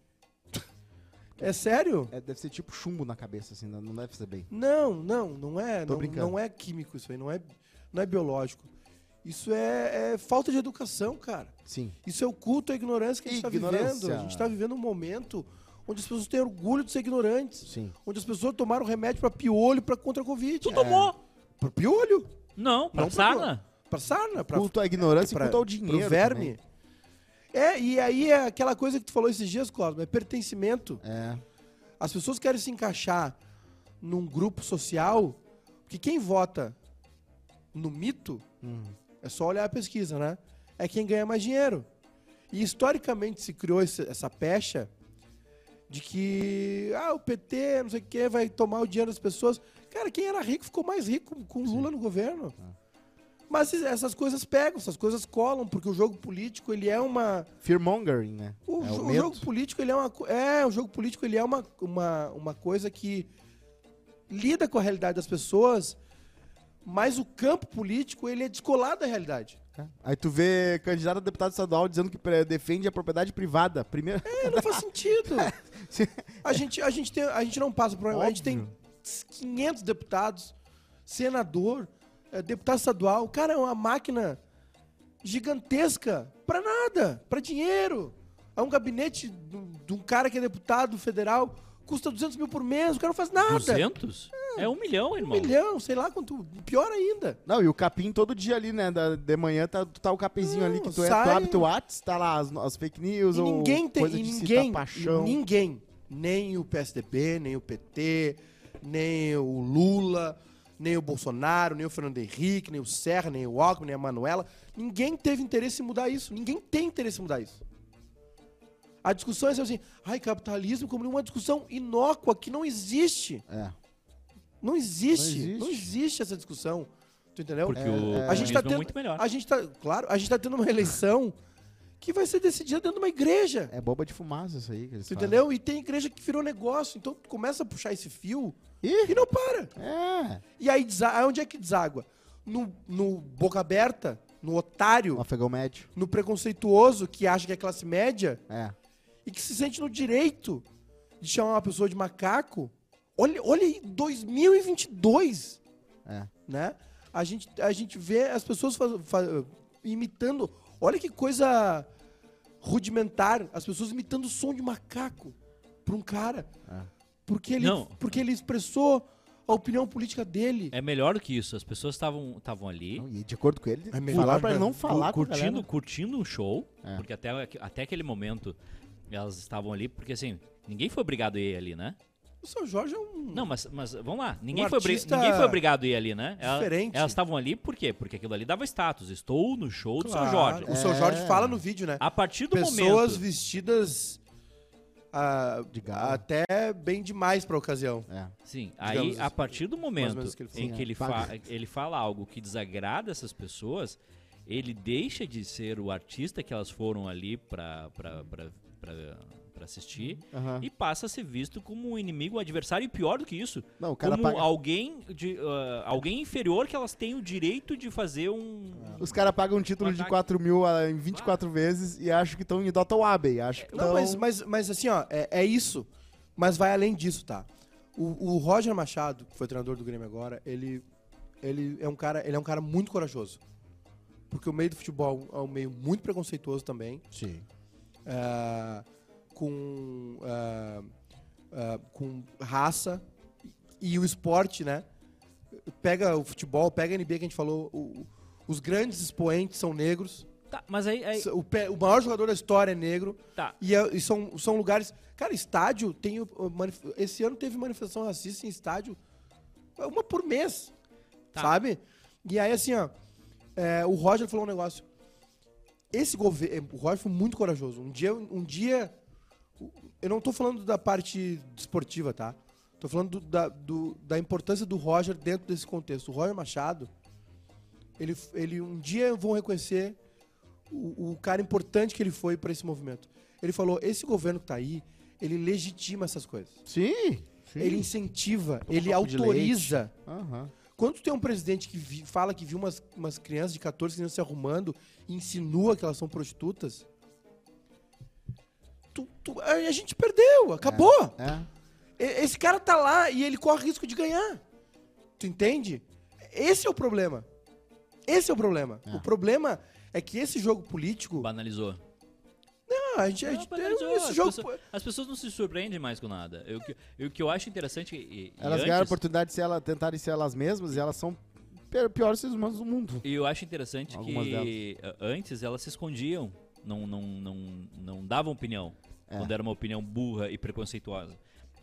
Speaker 2: É sério?
Speaker 1: É, deve ser tipo chumbo na cabeça, assim, não não deve ser bem.
Speaker 2: Não, não, não é.
Speaker 1: Tô
Speaker 2: Não,
Speaker 1: brincando.
Speaker 2: não é químico isso aí, não é, não é biológico. Isso é, é falta de educação, cara.
Speaker 1: Sim.
Speaker 2: Isso é o culto à ignorância que a gente está vivendo.
Speaker 1: Ignorância.
Speaker 2: A gente está vivendo um momento onde as pessoas têm orgulho de ser ignorantes.
Speaker 1: Sim.
Speaker 2: Onde as pessoas tomaram remédio para piolho para contra a Covid.
Speaker 3: Tu tomou?
Speaker 2: Para piolho?
Speaker 3: Não, pra
Speaker 2: É. Não
Speaker 3: sarna.
Speaker 2: Para sarna? Para
Speaker 1: Culto à ignorância e
Speaker 2: pra-
Speaker 1: culto ao dinheiro.
Speaker 2: Pro verme. É, e aí é aquela coisa que tu falou esses dias, Cosmo, é pertencimento.
Speaker 1: também. É.
Speaker 2: As pessoas querem se encaixar num grupo social, porque quem vota no mito,
Speaker 1: Hum.
Speaker 2: é só olhar a pesquisa, né? É quem ganha mais dinheiro. E historicamente se criou esse- essa pecha de que ah, o PT, não sei o quê, vai tomar o dinheiro das pessoas. Cara, quem era rico ficou mais rico com- com o Lula no governo. Mas es- essas coisas pegam, essas coisas colam, porque o jogo político, ele é uma
Speaker 1: Fearmongering, né?
Speaker 2: o,
Speaker 1: é
Speaker 2: jo- o
Speaker 1: medo.
Speaker 2: jogo político ele é uma co- é o jogo político ele é uma, uma, uma coisa que lida com a realidade das pessoas mas o campo político ele é descolado da realidade
Speaker 1: É. Aí tu vê candidato a deputado estadual dizendo que pre- defende a propriedade privada. Primeiro.
Speaker 2: É, não faz sentido a gente a gente tem a gente não passa por a gente tem
Speaker 1: Óbvio.
Speaker 2: 500 deputados senador eh, deputado estadual cara é uma máquina gigantesca pra nada pra dinheiro é um gabinete do- de um cara que é deputado federal custa 200 mil por mês o cara não faz nada
Speaker 3: 200? É um milhão,
Speaker 2: Um
Speaker 3: irmão.
Speaker 2: milhão, sei lá quanto. Pior ainda.
Speaker 1: Não, e o capim todo dia ali, né? Da, de manhã tá, tu tá o capizinho ali que tu, é, tu
Speaker 2: sai-
Speaker 1: abre teu WhatsApp, tá lá as, as fake news
Speaker 2: E
Speaker 1: ou
Speaker 2: ninguém tem.
Speaker 1: coisa
Speaker 2: E
Speaker 1: de citar
Speaker 2: ninguém.
Speaker 1: paixão.
Speaker 2: Ninguém. Nem o PSDB, nem o PT, nem o Lula, nem o Bolsonaro, nem o Fernando Henrique, nem o Serra, nem o Alckmin, nem a Manuela. Ninguém teve interesse em mudar isso. Ninguém tem interesse em mudar isso. A discussão é sempre assim, ai, capitalismo como uma discussão inócua que não existe.
Speaker 1: É.
Speaker 2: Não
Speaker 1: Não
Speaker 2: existe.
Speaker 1: existe.
Speaker 2: Não existe essa discussão. Tu entendeu?
Speaker 3: Porque o
Speaker 2: A gente
Speaker 3: comunismo
Speaker 2: tá
Speaker 3: é
Speaker 2: tendo,
Speaker 3: muito melhor.
Speaker 2: A gente tá, claro, a gente tá tendo uma eleição que vai ser decidida dentro de uma igreja.
Speaker 1: É boba de fumaça isso aí. Que eles
Speaker 2: tu
Speaker 1: falam.
Speaker 2: entendeu? E tem igreja que virou negócio, então tu começa a puxar esse fio
Speaker 1: Ih,
Speaker 2: e não para.
Speaker 1: é.
Speaker 2: E aí, desa- aí onde é que deságua? No, no boca aberta, no otário,
Speaker 1: Um afegão médio.
Speaker 2: no preconceituoso que acha que é classe média
Speaker 1: É.
Speaker 2: e que se sente no direito de chamar uma pessoa de macaco. Olha, olha aí, 2022.
Speaker 1: É.
Speaker 2: Né? A gente, a gente vê as pessoas faz- fa- imitando. Olha que coisa rudimentar. As pessoas imitando o som de macaco pra um cara.
Speaker 1: É.
Speaker 2: Porque, ele,
Speaker 3: Não.
Speaker 2: porque ele expressou a opinião política dele.
Speaker 3: É melhor do que isso. As pessoas estavam estavam ali.
Speaker 1: Não, e de acordo com ele,
Speaker 2: É melhor,
Speaker 1: falaram pra ele
Speaker 2: né?
Speaker 1: não falar
Speaker 3: cu-
Speaker 1: com a
Speaker 3: curtindo,
Speaker 1: galera.
Speaker 3: curtindo o show,
Speaker 1: Tá É.
Speaker 3: porque até, até aquele momento elas estavam ali, porque assim, ninguém foi obrigado a ir ali, né?
Speaker 2: O seu Jorge é um.
Speaker 3: Não, mas, mas vamos lá, ninguém, foi, obri-
Speaker 2: artista
Speaker 3: ninguém foi obrigado a ir ali, né? Ela-
Speaker 2: diferente.
Speaker 3: Elas estavam ali por quê? Porque aquilo ali dava status. Estou no show do São Jorge.
Speaker 2: O seu
Speaker 1: É.
Speaker 2: Jorge fala no vídeo, né?
Speaker 3: A partir do
Speaker 2: pessoas
Speaker 3: momento.
Speaker 2: vestidas ah,
Speaker 1: De gala.
Speaker 2: até bem demais pra ocasião.
Speaker 1: É.
Speaker 3: Sim,
Speaker 2: digamos
Speaker 3: aí
Speaker 2: assim,
Speaker 3: a partir do momento
Speaker 2: menos que ele falou.
Speaker 3: em
Speaker 1: Sim,
Speaker 3: que
Speaker 1: é,
Speaker 3: ele,
Speaker 1: paga.
Speaker 3: fa- ele fala algo que desagrada essas pessoas, ele deixa de ser o artista que elas foram ali pra, pra, pra, pra, pra assistir
Speaker 1: Aham.
Speaker 3: e passa a ser visto como um inimigo, um adversário e pior do que isso,
Speaker 1: Não, o cara
Speaker 3: como
Speaker 1: paga-
Speaker 3: alguém, de, ah, alguém inferior que elas têm o direito de fazer um...
Speaker 1: Os caras pagam um título de
Speaker 3: Ataque.
Speaker 1: 4 mil ah, em 24 vezes e acham que estão em Dota Abbey. Acho que
Speaker 2: Não,
Speaker 1: estão...
Speaker 2: mas, mas, mas assim, ó, é, é isso. Mas vai além disso, tá? O, o Roger Machado, que foi treinador do Grêmio agora, ele, ele, é um cara, ele é um cara muito corajoso. Porque o meio do futebol é um meio muito preconceituoso também.
Speaker 1: Sim.
Speaker 2: ah, com, ah, ah, com raça e, e o esporte, né? Pega o futebol, pega a NBA que a gente falou. o- os grandes expoentes são negros.
Speaker 1: É.
Speaker 3: Tá, mas aí. aí-
Speaker 2: O, pe- o maior jogador da história é negro.
Speaker 3: tá.
Speaker 2: E, é- e são, são lugares. Cara, estádio tem. o- o manif- Esse ano teve manifestação racista em estádio. Uma por mês.
Speaker 3: Tá.
Speaker 2: Sabe? E aí, assim, ó. é, o Roger falou um negócio. Esse governo. O Roger foi muito corajoso. Um dia. Um dia o- eu não tô falando da parte desportiva, tá? Tô falando do- da, do- da importância do Roger dentro desse contexto. O Roger Machado. Ele, ele um dia vão reconhecer o, o cara importante que ele foi pra esse movimento. Ele falou: esse governo que tá aí, ele legitima essas coisas.
Speaker 1: Sim, sim. um
Speaker 2: Ele incentiva, ele
Speaker 1: copo de
Speaker 2: autoriza.
Speaker 1: Aham.
Speaker 2: Quando tu tem um presidente que vi- fala que viu umas, umas crianças de 14 anos se arrumando e insinua que elas são prostitutas, tu- tu- a, a gente perdeu, acabou.
Speaker 1: É.
Speaker 2: E- Esse cara tá lá e ele corre risco de ganhar. Tu entende? Esse é o problema. Esse é o problema.
Speaker 1: É.
Speaker 2: O problema é que esse jogo político.
Speaker 3: Banalizou.
Speaker 2: Ah, a gente, a
Speaker 1: É,
Speaker 3: Não,
Speaker 2: gente
Speaker 3: banalizou,
Speaker 2: esse
Speaker 3: as,
Speaker 2: jogo.
Speaker 3: pessoas, as pessoas não se surpreendem mais com nada. Eu, que- eu, o que eu acho interessante. E, e
Speaker 1: Elas
Speaker 3: antes,
Speaker 1: ganharam a oportunidade de ser ela, tentarem ser elas mesmas e elas são pi- piores seres humanos do mundo.
Speaker 3: E eu acho interessante
Speaker 1: Algumas
Speaker 3: que eh, antes elas se escondiam, não, não, não, não davam opinião.
Speaker 1: É.
Speaker 3: Quando era uma opinião burra e preconceituosa.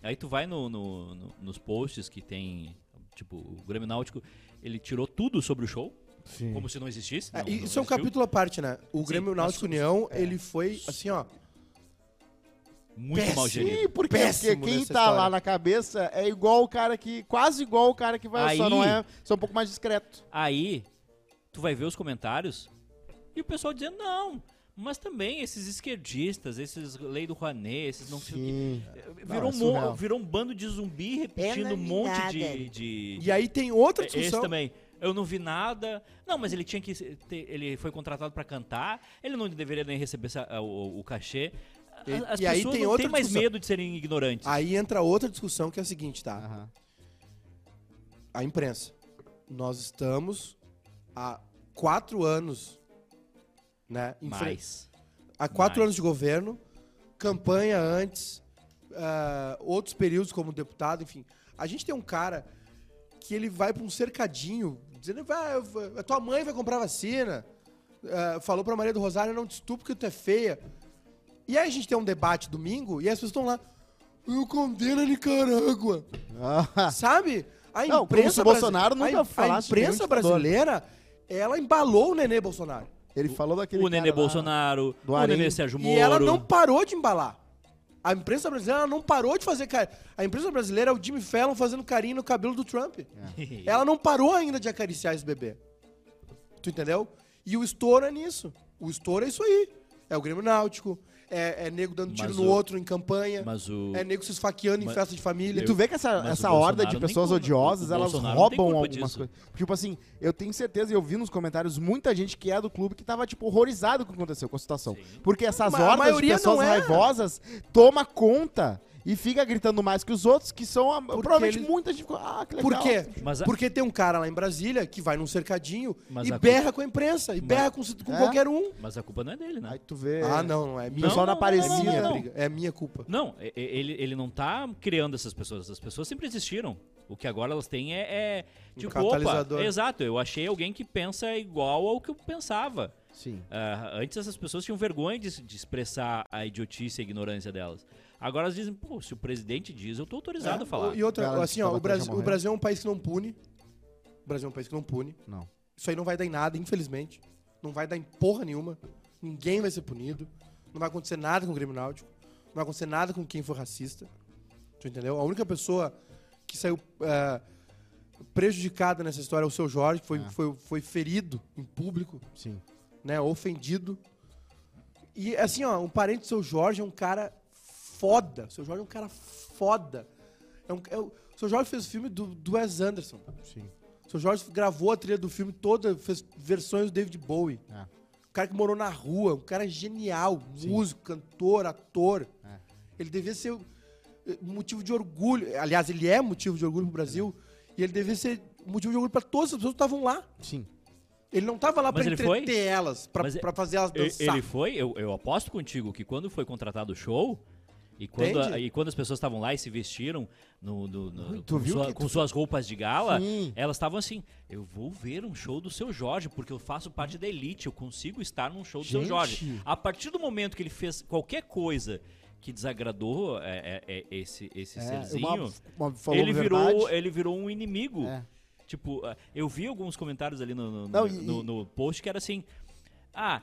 Speaker 3: Aí tu vai no, no- no- nos posts que tem, tipo, o Grêmio Náutico, ele tirou tudo sobre o show,
Speaker 1: Sim.
Speaker 3: como se não existisse.
Speaker 2: É,
Speaker 3: não- não
Speaker 2: isso é um
Speaker 3: existiu.
Speaker 2: capítulo à parte, né? O Grêmio
Speaker 3: mas
Speaker 2: Náutico
Speaker 3: os-
Speaker 2: União, ele foi assim, ó.
Speaker 3: Muito mal gerido.
Speaker 1: Sim, porque, porque quem
Speaker 2: Péssimo
Speaker 1: tá
Speaker 2: nessa história.
Speaker 1: lá na cabeça é igual o cara que. Quase igual o cara que vai ao
Speaker 3: Aí-
Speaker 1: só não é. Só um pouco mais discreto.
Speaker 3: Aí, tu vai ver os comentários e o pessoal dizendo, não, mas também esses esquerdistas, esses lei do Rouanet, esses não sei o quê.
Speaker 1: Não,
Speaker 3: Virou,
Speaker 1: é
Speaker 3: um, mon-
Speaker 1: surreal.
Speaker 3: virou um bando de zumbi repetindo um monte de...
Speaker 4: Unanimidade.
Speaker 3: de- É,
Speaker 2: E aí tem outra
Speaker 3: Esse
Speaker 2: discussão.
Speaker 3: também. Eu não vi nada. Não, mas ele tinha que. ter- ele foi contratado pra cantar. Ele não deveria nem receber essa- o- o, o cachê.
Speaker 2: E-
Speaker 3: A- As
Speaker 2: e aí
Speaker 3: pessoas
Speaker 2: tem
Speaker 3: não têm
Speaker 2: outra Ah,
Speaker 3: mais
Speaker 2: discussão.
Speaker 3: medo de serem ignorantes.
Speaker 2: Aí entra outra discussão que é a seguinte, tá?
Speaker 1: Aham.
Speaker 2: A imprensa. Nós estamos há quatro anos, né? em frente-
Speaker 3: mas.
Speaker 2: há quatro
Speaker 3: mais.
Speaker 2: anos de governo, campanha antes, ah, outros períodos como deputado, enfim. A gente tem um cara que ele vai pra um cercadinho, dizendo, vai, eu vou- a tua mãe vai comprar vacina, ah, falou pra Maria do Rosário, não te estupro porque tu é feia. E aí a gente tem um debate domingo e as pessoas estão lá, eu condeno a Nicarágua.
Speaker 1: Ah,
Speaker 2: Sabe? A
Speaker 1: Não, como se
Speaker 2: imprensa
Speaker 1: o
Speaker 2: brasi-
Speaker 1: Bolsonaro nunca
Speaker 2: a im- A
Speaker 1: falasse de nenhum
Speaker 2: imprensa
Speaker 1: ditador.
Speaker 2: brasileira, ela embalou o Nenê Bolsonaro.
Speaker 1: ele falou daquele.
Speaker 3: o Nenê
Speaker 1: cara lá.
Speaker 3: Bolsonaro,
Speaker 1: do
Speaker 3: o Nenê
Speaker 1: Arim.
Speaker 3: Sérgio Moro.
Speaker 2: E ela não parou de embalar. A imprensa brasileira ela não parou de fazer carinho. A imprensa brasileira é o Jimmy Fallon fazendo carinho no cabelo do Trump.
Speaker 3: É.
Speaker 2: Ela não parou ainda de acariciar esse bebê. Tu entendeu? E o estouro é nisso. O estouro é isso aí. É o Grêmio Náutico, é, é nego dando tiro
Speaker 3: Mas
Speaker 2: no
Speaker 3: o-
Speaker 2: outro em campanha,
Speaker 3: Mas o.
Speaker 2: é nego se esfaqueando
Speaker 3: Mas-
Speaker 2: em festa de família.
Speaker 1: E tu vê que essa,
Speaker 3: Mas
Speaker 1: essa
Speaker 3: o
Speaker 1: horda de
Speaker 3: Bolsonaro
Speaker 1: pessoas
Speaker 3: nem culpa-
Speaker 1: odiosas,
Speaker 3: o
Speaker 1: elas
Speaker 3: Bolsonaro não tem
Speaker 1: roubam
Speaker 3: culpa
Speaker 1: algumas
Speaker 3: disso.
Speaker 1: coisas. Tipo assim, eu tenho certeza, e eu vi nos comentários muita gente que é do clube que tava, tipo, horrorizado com o que aconteceu com a situação. Porque essas
Speaker 2: Ma- a
Speaker 1: hordas de
Speaker 2: maioria
Speaker 1: pessoas
Speaker 2: não é.
Speaker 1: raivosas toma conta e fica gritando mais que os outros, que são a- provavelmente
Speaker 2: eles-
Speaker 1: muita gente. Ah, que legal.
Speaker 2: Por quê?
Speaker 3: Mas a-
Speaker 2: Porque tem um cara lá em Brasília que vai num cercadinho
Speaker 3: Mas
Speaker 2: e
Speaker 3: a-
Speaker 2: berra com a imprensa, e berra com, com
Speaker 1: É?
Speaker 2: qualquer um.
Speaker 3: Mas a culpa não é dele, né?
Speaker 1: Aí tu vê.
Speaker 2: Ah, não, não é
Speaker 1: O
Speaker 2: minha.
Speaker 1: pessoal na
Speaker 3: Não, não,
Speaker 2: é
Speaker 1: parecia.
Speaker 2: minha
Speaker 3: não.
Speaker 2: briga, é minha culpa.
Speaker 3: Não, e- e- ele, ele não tá criando essas pessoas. Essas pessoas sempre existiram. O que agora elas têm é. é
Speaker 2: Um
Speaker 3: tipo,
Speaker 2: catalisador.
Speaker 3: opa, exato, eu achei alguém que pensa igual ao que eu pensava.
Speaker 1: Sim.
Speaker 3: Ah, antes essas pessoas tinham vergonha de, de expressar a idiotice e a ignorância delas. Agora elas dizem, pô, se o presidente diz, eu tô autorizado a falar.
Speaker 2: E outra,
Speaker 1: Cara,
Speaker 2: assim,
Speaker 1: Tabata
Speaker 2: ó, É, o
Speaker 1: já
Speaker 2: Brasil, o
Speaker 1: morreu.
Speaker 2: Brasil é um país que não pune. O Brasil é um país que não pune.
Speaker 1: Não.
Speaker 2: Isso aí não vai dar em nada, infelizmente. Não vai dar em porra nenhuma. Ninguém vai ser punido. Não vai acontecer nada com o Grêmio Náutico. Não vai acontecer nada com quem for racista. Tu entendeu? A única pessoa que saiu é, prejudicada nessa história é o seu Jorge, que foi,
Speaker 1: É.
Speaker 2: foi, foi ferido em público
Speaker 1: Sim.
Speaker 2: né? Ofendido. E assim, ó, um parente do seu Jorge é um cara foda. O seu Jorge é um cara foda. É um, é o, o seu Jorge fez o filme do, do Wes Anderson.
Speaker 1: Sim.
Speaker 2: O seu Jorge gravou a trilha do filme toda, fez versões do David Bowie.
Speaker 1: É.
Speaker 2: Um cara que morou na rua, um cara genial, músico, cantor, ator.
Speaker 1: É.
Speaker 2: Ele devia ser eh, motivo de orgulho. Aliás, ele é motivo de orgulho pro Brasil.
Speaker 1: É.
Speaker 2: E ele devia ser motivo de orgulho pra todas as pessoas que estavam lá.
Speaker 1: Sim.
Speaker 2: Ele não tava lá
Speaker 3: Mas
Speaker 2: pra
Speaker 3: ele foi?
Speaker 2: entreter elas, pra,
Speaker 3: Mas é-
Speaker 2: pra fazer elas
Speaker 3: E-
Speaker 2: dançar.
Speaker 3: Ele foi, eu, eu aposto contigo que quando foi contratado o show, E quando, a-
Speaker 2: Entende?
Speaker 3: e quando as pessoas estavam lá e se vestiram no, no- no-
Speaker 1: Ui, tu
Speaker 3: com,
Speaker 1: viu
Speaker 3: sua-
Speaker 1: que tu-
Speaker 3: com suas roupas de gala,
Speaker 1: Sim.
Speaker 3: elas estavam assim: eu vou ver um show do seu Jorge, porque eu faço parte da elite, eu consigo estar num show do seu
Speaker 1: Gente.
Speaker 3: Jorge. A partir do momento que ele fez qualquer coisa que desagradou é, é, é, esse, esse serzinho,
Speaker 1: uma, uma, falou
Speaker 3: ele, virou,
Speaker 1: verdade.
Speaker 3: ele virou um inimigo.
Speaker 1: É.
Speaker 3: Tipo, ah, eu vi alguns comentários ali no, no,
Speaker 1: Não,
Speaker 3: no-
Speaker 1: e-
Speaker 3: no- no post que era assim: Ah,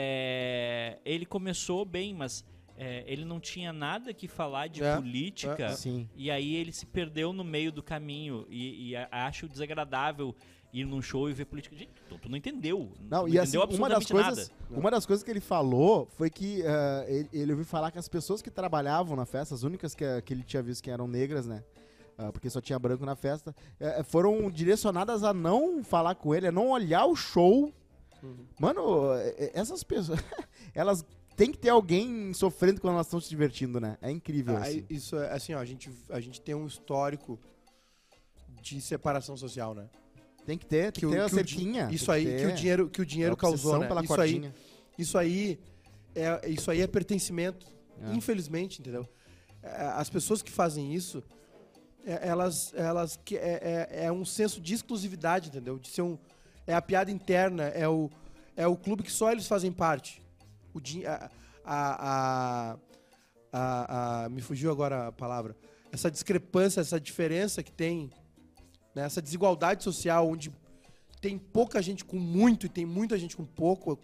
Speaker 3: é, ele começou bem, mas é, ele não tinha nada que falar de
Speaker 2: É,
Speaker 3: política.
Speaker 2: é,
Speaker 1: Sim.
Speaker 3: E aí ele se perdeu no meio do caminho. E, e a- acho desagradável ir num show e ver política. Gente, tu, tu não entendeu.
Speaker 1: Não,
Speaker 3: tu
Speaker 1: e assim,
Speaker 3: entendeu
Speaker 1: uma das
Speaker 3: absolutamente
Speaker 1: coisas,
Speaker 3: nada.
Speaker 1: uma das coisas que ele falou foi que ah, ele, ele ouviu falar que as pessoas que trabalhavam na festa, as únicas que, que ele tinha visto que eram negras, né? ah, porque só tinha branco na festa, eh, foram direcionadas a não falar com ele, a não olhar o show.
Speaker 3: Uhum.
Speaker 1: Mano, eh, eh, essas pessoas, elas têm que ter alguém sofrendo quando elas estão se divertindo, né? É incrível.
Speaker 2: Ah,
Speaker 1: assim.
Speaker 2: Isso é assim, ó, a gente, a gente tem um histórico de separação social, né?
Speaker 1: Tem que ter, tem que
Speaker 2: o-
Speaker 1: ter a
Speaker 2: o di-
Speaker 1: cerquinha.
Speaker 2: Isso
Speaker 1: tem
Speaker 2: aí
Speaker 1: ter É
Speaker 2: que o dinheiro que o dinheiro
Speaker 1: a obsessão
Speaker 2: causou, né?
Speaker 1: pela
Speaker 2: isso
Speaker 1: cordinha.
Speaker 2: aí, isso aí é isso aí é pertencimento.
Speaker 1: É.
Speaker 2: Infelizmente, entendeu? É, As pessoas que fazem isso, é, elas elas que é, é, é um senso de exclusividade, entendeu? De ser um é a piada interna, é o é o clube que só eles fazem parte. O din a, a, a, a- a- me fugiu agora a palavra. Essa discrepância, essa diferença que tem, né? essa desigualdade social onde tem pouca gente com muito e tem muita gente com pouco,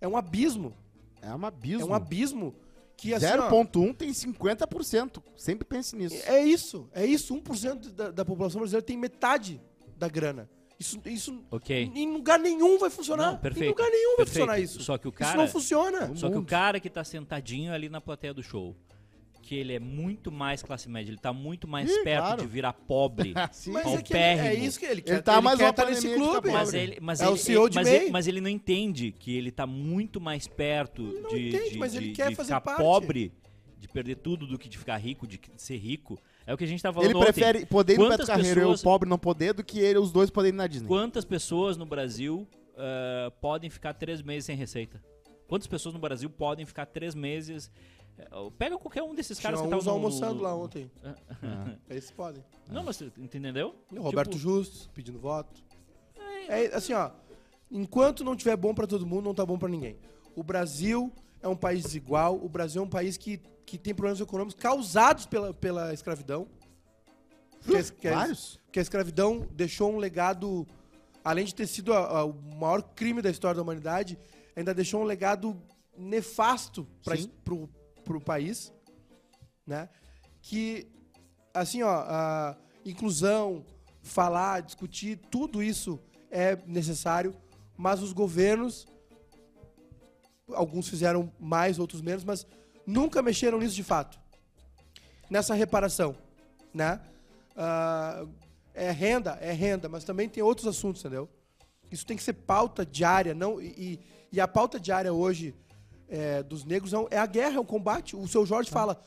Speaker 2: é um abismo.
Speaker 1: É um abismo.
Speaker 2: É um abismo que assim, ó,
Speaker 1: 0.1 tem 50%. Sempre pense nisso.
Speaker 2: é isso, é isso. 1% da, da população brasileira tem metade da grana. Isso, isso
Speaker 3: Ok.
Speaker 2: em lugar nenhum vai funcionar.
Speaker 3: Não, perfeito.
Speaker 2: Em lugar nenhum vai
Speaker 3: Perfeito.
Speaker 2: funcionar isso.
Speaker 3: Só que o
Speaker 2: Isso
Speaker 3: cara-
Speaker 2: não funciona.
Speaker 3: Só que o
Speaker 1: mundo.
Speaker 3: cara que tá sentadinho ali na plateia do show, que ele é muito mais classe média, ele tá muito mais
Speaker 1: Ih,
Speaker 3: perto
Speaker 1: claro.
Speaker 3: de virar pobre.
Speaker 1: Sim.
Speaker 2: Mas é, que ele-
Speaker 3: Paupérrimo.
Speaker 2: é isso que ele quer.
Speaker 1: tá mais
Speaker 2: quer
Speaker 1: uma
Speaker 2: tá nesse
Speaker 1: pandemia de
Speaker 2: clube.
Speaker 1: ficar
Speaker 3: mas
Speaker 1: pobre.
Speaker 3: ele, mas
Speaker 2: É
Speaker 3: ele,
Speaker 2: o CEO de
Speaker 3: mas,
Speaker 2: MEI.
Speaker 3: ele, mas ele não entende que ele tá muito mais perto de,
Speaker 2: entende,
Speaker 3: de,
Speaker 2: mas ele
Speaker 3: de-
Speaker 2: quer
Speaker 3: de
Speaker 2: fazer
Speaker 3: ficar
Speaker 2: parte.
Speaker 3: pobre, de perder tudo do que de ficar rico, de que- de ser rico. É o que a gente tava falando
Speaker 1: Ele
Speaker 3: ontem.
Speaker 1: prefere poder ir no Beto
Speaker 3: Quantas
Speaker 1: Carreiro e eu
Speaker 3: pessoas-
Speaker 1: pobre não poder do que ele, os dois poderem ir na Disney.
Speaker 3: Quantas pessoas no Brasil ah, podem ficar três meses sem receita? Quantas pessoas no Brasil podem ficar três meses... eh, Pega qualquer um desses
Speaker 2: Tinha
Speaker 3: caras que
Speaker 2: uns
Speaker 3: estavam no-
Speaker 2: almoçando
Speaker 3: no-
Speaker 2: lá ontem.
Speaker 1: Ah.
Speaker 2: Eles podem.
Speaker 3: Não, mas tu- entendeu?
Speaker 2: O Tipo, Roberto
Speaker 3: Tipo,
Speaker 2: Justus pedindo voto. É assim, ó. Enquanto não tiver bom pra todo mundo, não tá bom pra ninguém. O Brasil é um país desigual. O Brasil é um país que, que tem problemas econômicos causados pela, pela escravidão. Que a es- que é a es-
Speaker 1: Vários?
Speaker 2: que a escravidão deixou um legado, além de ter sido a- a- o maior crime da história da humanidade, ainda deixou um legado nefasto
Speaker 1: Sim.
Speaker 2: para o país, né? Que assim, ó, a inclusão, falar, discutir, tudo isso é necessário, mas os governos, alguns fizeram mais, outros menos, mas nunca mexeram nisso de fato, nessa reparação, né? Ah, é renda, é renda, mas também tem outros assuntos, entendeu? Isso tem que ser pauta diária, não e, e- e a pauta diária hoje é, dos negros é, um- é a guerra, é o combate. O seu Jorge fala,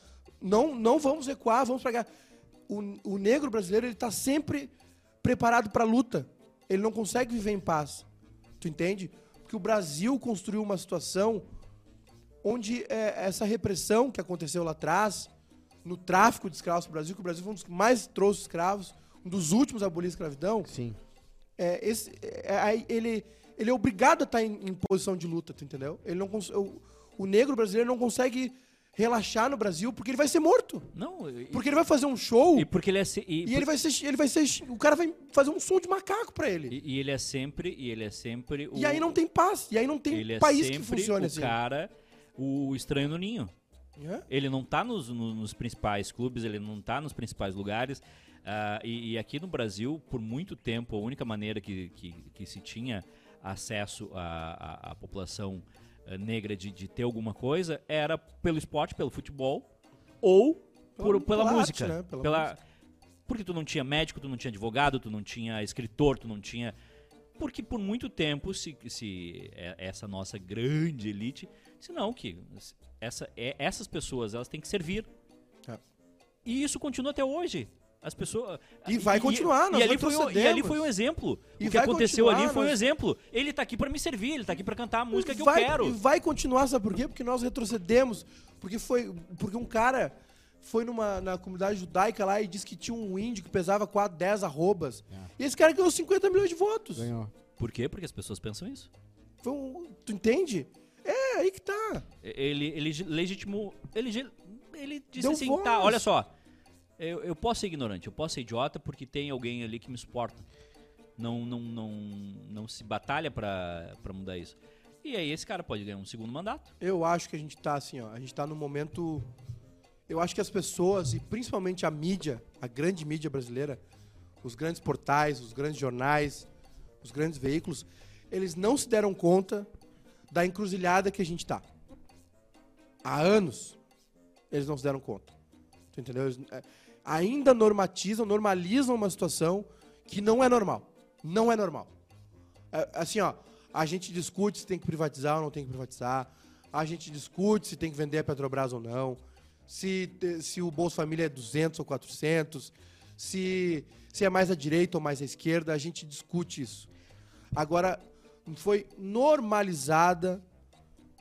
Speaker 2: não, não vamos recuar, vamos para guerra. O, o negro brasileiro ele está sempre preparado para luta. Ele não consegue viver em paz. Tu entende? Porque o Brasil construiu uma situação onde é, essa repressão que aconteceu lá atrás, no tráfico de escravos para o Brasil, que o Brasil foi um dos que mais trouxe escravos, um dos últimos a abolir a escravidão,
Speaker 1: Sim.
Speaker 2: é, esse- é, aí ele, ele é obrigado a estar em, em posição de luta, tu entendeu? Ele não cons- o, o negro brasileiro não consegue relaxar no Brasil porque ele vai ser morto.
Speaker 3: Não, e,
Speaker 2: Porque ele vai fazer um show
Speaker 3: e porque ele é se- e,
Speaker 2: e ele vai ser. Ele vai ser. O cara vai fazer um som de macaco pra ele.
Speaker 3: e- e ele é sempre e ele é sempre o
Speaker 2: E, aí não tem paz. E aí não tem
Speaker 3: ele é
Speaker 2: país
Speaker 3: sempre
Speaker 2: que funcione
Speaker 3: o
Speaker 2: assim.
Speaker 3: cara o estranho no ninho.
Speaker 2: É?
Speaker 3: Ele não tá nos, no- nos principais clubes, ele não tá nos principais lugares. ah, e, e aqui no Brasil, por muito tempo, a única maneira que, que, que se tinha acesso à, à, à população eh, negra de, de ter alguma coisa era pelo esporte, pelo futebol ou por-
Speaker 2: Pela-
Speaker 3: pela,
Speaker 2: pela
Speaker 3: música.
Speaker 2: arte, né? Pela
Speaker 3: Pela-
Speaker 2: música.
Speaker 3: Porque tu não tinha médico, tu não tinha advogado, tu não tinha escritor, tu não tinha. Porque por muito tempo se, se é- essa nossa grande elite, se não que essa, é- essas pessoas elas têm que servir.
Speaker 2: É.
Speaker 3: E isso continua até hoje. As pessoas
Speaker 2: E vai continuar, nós
Speaker 3: e ali, foi, um-
Speaker 2: retrocedemos.
Speaker 3: e ali foi um exemplo.
Speaker 2: E
Speaker 3: o que
Speaker 2: vai
Speaker 3: aconteceu ali
Speaker 2: continuar,
Speaker 3: foi um
Speaker 2: nós-
Speaker 3: exemplo. Ele tá aqui pra me servir, ele tá aqui pra cantar a música que
Speaker 2: vai,
Speaker 3: eu quero.
Speaker 2: E vai continuar, sabe por quê? Porque nós retrocedemos. Porque foi. Porque um cara foi numa, na comunidade judaica lá e disse que tinha um índio que pesava 4, 10 arrobas. E esse cara ganhou 50 milhões de votos.
Speaker 1: Ganhou.
Speaker 3: Por quê? Porque as pessoas pensam isso.
Speaker 2: Foi um- tu entende? É, aí que tá.
Speaker 3: Ele, ele ge- legitimou. Ele, ge- ele disse
Speaker 2: Deu
Speaker 3: assim:
Speaker 2: voz.
Speaker 3: tá, olha só. Eu, eu posso ser ignorante, eu posso ser idiota porque tem alguém ali que me suporta. Não, não, não, não se batalha pra, pra mudar isso. E aí esse cara pode ganhar um segundo mandato.
Speaker 2: Eu acho que a gente tá assim, ó. A gente tá num momento. Eu acho que as pessoas, e principalmente a mídia, a grande mídia brasileira, os grandes portais, os grandes jornais, os grandes veículos, eles não se deram conta da encruzilhada que a gente tá. Há anos eles não se deram conta. Tu entendeu? Eles eh, ainda normatizam, normalizam uma situação que não é normal. Não é normal. É, assim, ó, a gente discute se tem que privatizar ou não tem que privatizar. A gente discute se tem que vender a Petrobras ou não. Se, te- se o Bolsa Família é 200 ou 400. Se, se é mais à direita ou mais à esquerda. A gente discute isso. Agora, foi normalizada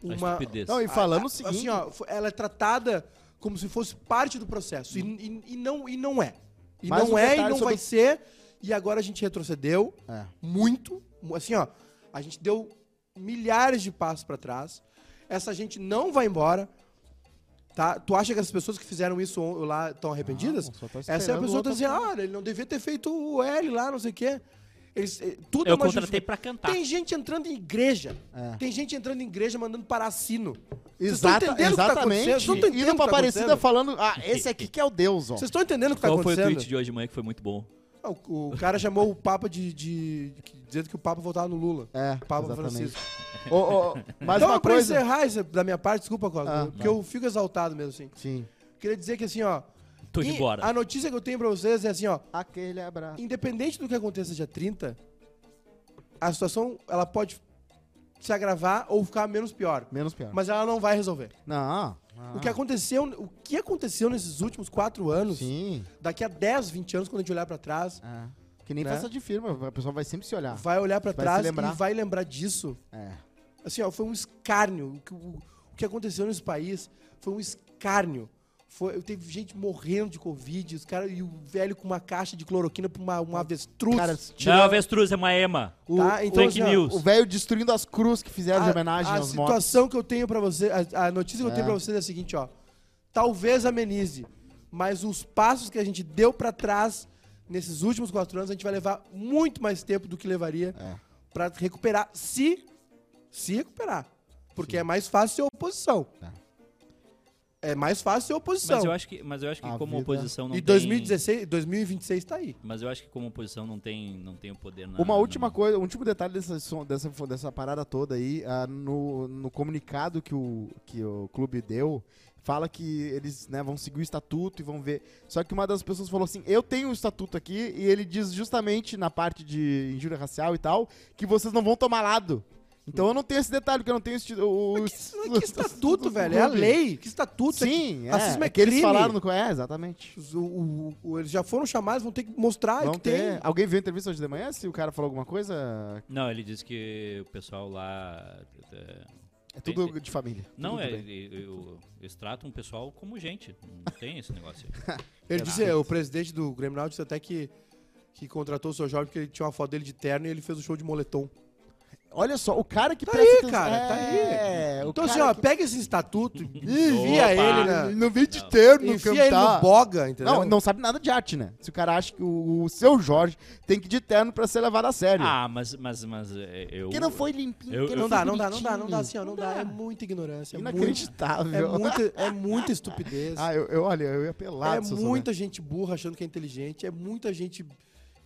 Speaker 3: A
Speaker 2: uma,
Speaker 3: estupidez.
Speaker 1: Não, e falando o seguinte,
Speaker 2: Assim, ó, fo- ela é tratada como se fosse parte do processo. E, e- e não, e não é. E
Speaker 1: Mais
Speaker 2: não
Speaker 1: um
Speaker 2: é, e
Speaker 1: detalhe
Speaker 2: não
Speaker 1: sobre-
Speaker 2: vai ser. E agora a gente retrocedeu
Speaker 3: tá
Speaker 1: É.
Speaker 2: muito. mu- Assim, ó, a gente deu milhares de passos pra trás. Essa gente não vai embora. Tá? Tu acha que as pessoas que fizeram isso on- lá estão arrependidas?
Speaker 1: Não, só tá
Speaker 2: Essa é a
Speaker 1: esperando
Speaker 2: pessoa que tá
Speaker 1: outra
Speaker 2: dizendo, ah, ele não devia ter feito o L lá, não sei o quê. Eles, eh, tudo é
Speaker 3: eu
Speaker 2: uma
Speaker 3: contratei
Speaker 2: justificativa.
Speaker 3: pra cantar.
Speaker 2: Tem gente entrando em igreja.
Speaker 1: É.
Speaker 2: Tem gente entrando em igreja mandando parar sino. Vocês estão
Speaker 1: Exata,
Speaker 2: entendendo o que tá acontecendo?
Speaker 1: exatamente.
Speaker 2: Vocês não estão
Speaker 1: e
Speaker 2: entendendo
Speaker 1: não
Speaker 2: o que
Speaker 1: pra
Speaker 2: tá
Speaker 1: Aparecida
Speaker 2: acontecendo?
Speaker 1: falando, ah, esse aqui que é o Deus, ó.
Speaker 2: Vocês estão entendendo o que tá
Speaker 3: Qual foi o
Speaker 2: acontecendo?
Speaker 3: tweet de hoje de manhã que foi muito bom?
Speaker 2: Ah, O, o cara chamou o Papa de, de- que- dizendo que o Papa votava no Lula.
Speaker 1: É,
Speaker 2: Papa
Speaker 1: exatamente.
Speaker 2: Francisco.
Speaker 1: Ô, ô, mais
Speaker 2: então,
Speaker 1: uma
Speaker 2: pra
Speaker 1: coisa.
Speaker 2: encerrar isso da minha parte, desculpa, Cosmo,
Speaker 1: Ah,
Speaker 2: porque eu fico exaltado mesmo, assim.
Speaker 1: Sim.
Speaker 2: Queria dizer que, assim, ó...
Speaker 3: Tô indo
Speaker 2: e-
Speaker 3: embora.
Speaker 2: A notícia que eu tenho pra vocês é assim, ó...
Speaker 1: Aquele abraço.
Speaker 2: Independente do que aconteça dia 30, a situação, ela pode se agravar ou ficar menos pior.
Speaker 1: Menos pior.
Speaker 2: Mas ela não vai resolver.
Speaker 1: Não. ah.
Speaker 2: O que é- aconteceu, o que aconteceu nesses últimos quatro anos,
Speaker 1: Sim.
Speaker 2: daqui a 10, 20 anos, quando a gente olhar pra trás,
Speaker 1: É. Que nem
Speaker 2: Né?
Speaker 1: festa de firma, a pessoa vai sempre se olhar.
Speaker 2: vai olhar pra
Speaker 1: Ah. Vai se
Speaker 2: trás
Speaker 1: lembrar.
Speaker 2: e vai lembrar disso.
Speaker 1: É.
Speaker 2: Assim, ó, foi um escárnio. O que, o- o que aconteceu nesse país foi um escárnio. Foi, teve gente morrendo de Covid, os cara, e o velho com uma caixa de cloroquina pra uma, uma avestruz.
Speaker 1: Cara,
Speaker 3: Não,
Speaker 1: tira
Speaker 3: avestruz, é uma ema.
Speaker 1: o,
Speaker 2: tá? Então,
Speaker 3: Fake
Speaker 2: assim, ó,
Speaker 3: news.
Speaker 1: o velho destruindo as cruzes que fizeram de homenagem
Speaker 2: Ah, a
Speaker 1: aos mortos.
Speaker 2: situação que eu tenho pra você, a, a notícia que eu
Speaker 1: É.
Speaker 2: tenho pra vocês é a seguinte, ó. Talvez amenize, mas os passos que a gente deu pra trás nesses últimos quatro anos, a gente vai levar muito mais tempo do que levaria
Speaker 1: É.
Speaker 2: pra recuperar, se se recuperar, porque é mais fácil ser oposição. É mais fácil ser oposição.
Speaker 3: Mas eu acho que, mas eu acho que
Speaker 1: A
Speaker 3: como
Speaker 1: vida-
Speaker 3: oposição não
Speaker 2: e
Speaker 3: tem...
Speaker 2: 2016, 2026 tá aí.
Speaker 3: Mas eu acho que como oposição não tem, não tem o poder na,
Speaker 1: Uma última
Speaker 3: na...
Speaker 1: coisa, um último detalhe dessa, som- dessa, dessa parada toda aí, ah, no, no comunicado que o, que o clube deu, fala que eles né, vão seguir o estatuto e vão ver. Só que uma das pessoas falou assim: eu tenho o estatuto aqui, e ele diz justamente na parte de injúria racial e tal, que vocês não vão tomar lado. Então eu não tenho esse detalhe, porque eu não tenho esse. O, o-
Speaker 2: é Que, que estatuto,
Speaker 1: do
Speaker 2: velho? É a
Speaker 1: clube.
Speaker 2: lei. Que estatuto? Isso
Speaker 1: Sim, é,
Speaker 2: racismo é
Speaker 1: é que eles
Speaker 2: crime.
Speaker 1: falaram no. É, exatamente.
Speaker 2: aqui- o- o- o- eles já foram chamados, vão ter que mostrar
Speaker 1: Vão
Speaker 2: que tem.
Speaker 1: ter- Alguém viu a entrevista hoje de manhã? Se o cara falou alguma coisa,
Speaker 3: Não, ele disse que o pessoal lá... eh,
Speaker 1: é tudo de família.
Speaker 3: Não,
Speaker 1: tudo
Speaker 3: é,
Speaker 1: bem.
Speaker 3: e- e- eu, eles tratam o pessoal como gente. Não tem esse negócio. aí.
Speaker 2: Ele
Speaker 3: Tá.
Speaker 2: disse, é, o presidente do Grêmio Náutico disse até que, que contratou o seu Jorge porque ele tinha uma foto dele de terno e ele fez o show de moletom.
Speaker 1: Olha só, o cara que tá
Speaker 2: aí,
Speaker 1: presta atenção-
Speaker 2: cara, tá aí.
Speaker 1: É, o
Speaker 2: então, assim,
Speaker 1: cara
Speaker 2: ó,
Speaker 1: que-
Speaker 2: pega esse estatuto e
Speaker 3: Opa.
Speaker 2: envia ele,
Speaker 1: Ele
Speaker 2: né?
Speaker 1: não vem de
Speaker 3: Não.
Speaker 1: terno
Speaker 2: Enfia ele no
Speaker 1: cantar.
Speaker 2: boga, entendeu?
Speaker 1: não, não sabe nada de arte, né? Se o cara acha que o, o seu Jorge tem que ir de terno pra ser levado a sério.
Speaker 3: ah, mas, mas, mas eh, eu...
Speaker 1: Porque não foi limpinho,
Speaker 3: eu-
Speaker 1: porque
Speaker 3: eu-
Speaker 1: não
Speaker 2: Não
Speaker 1: foi
Speaker 2: dá, não dá, não dá, não dá,
Speaker 1: bonitinho.
Speaker 2: assim, ó, não dá. É muita ignorância. É muita, é
Speaker 1: Inacreditável.
Speaker 2: muita, é muita estupidez.
Speaker 1: Ah, eu, eu- olha, eu ia pelar
Speaker 2: é
Speaker 1: disso, né?
Speaker 2: muita gente burra achando que é inteligente. É muita gente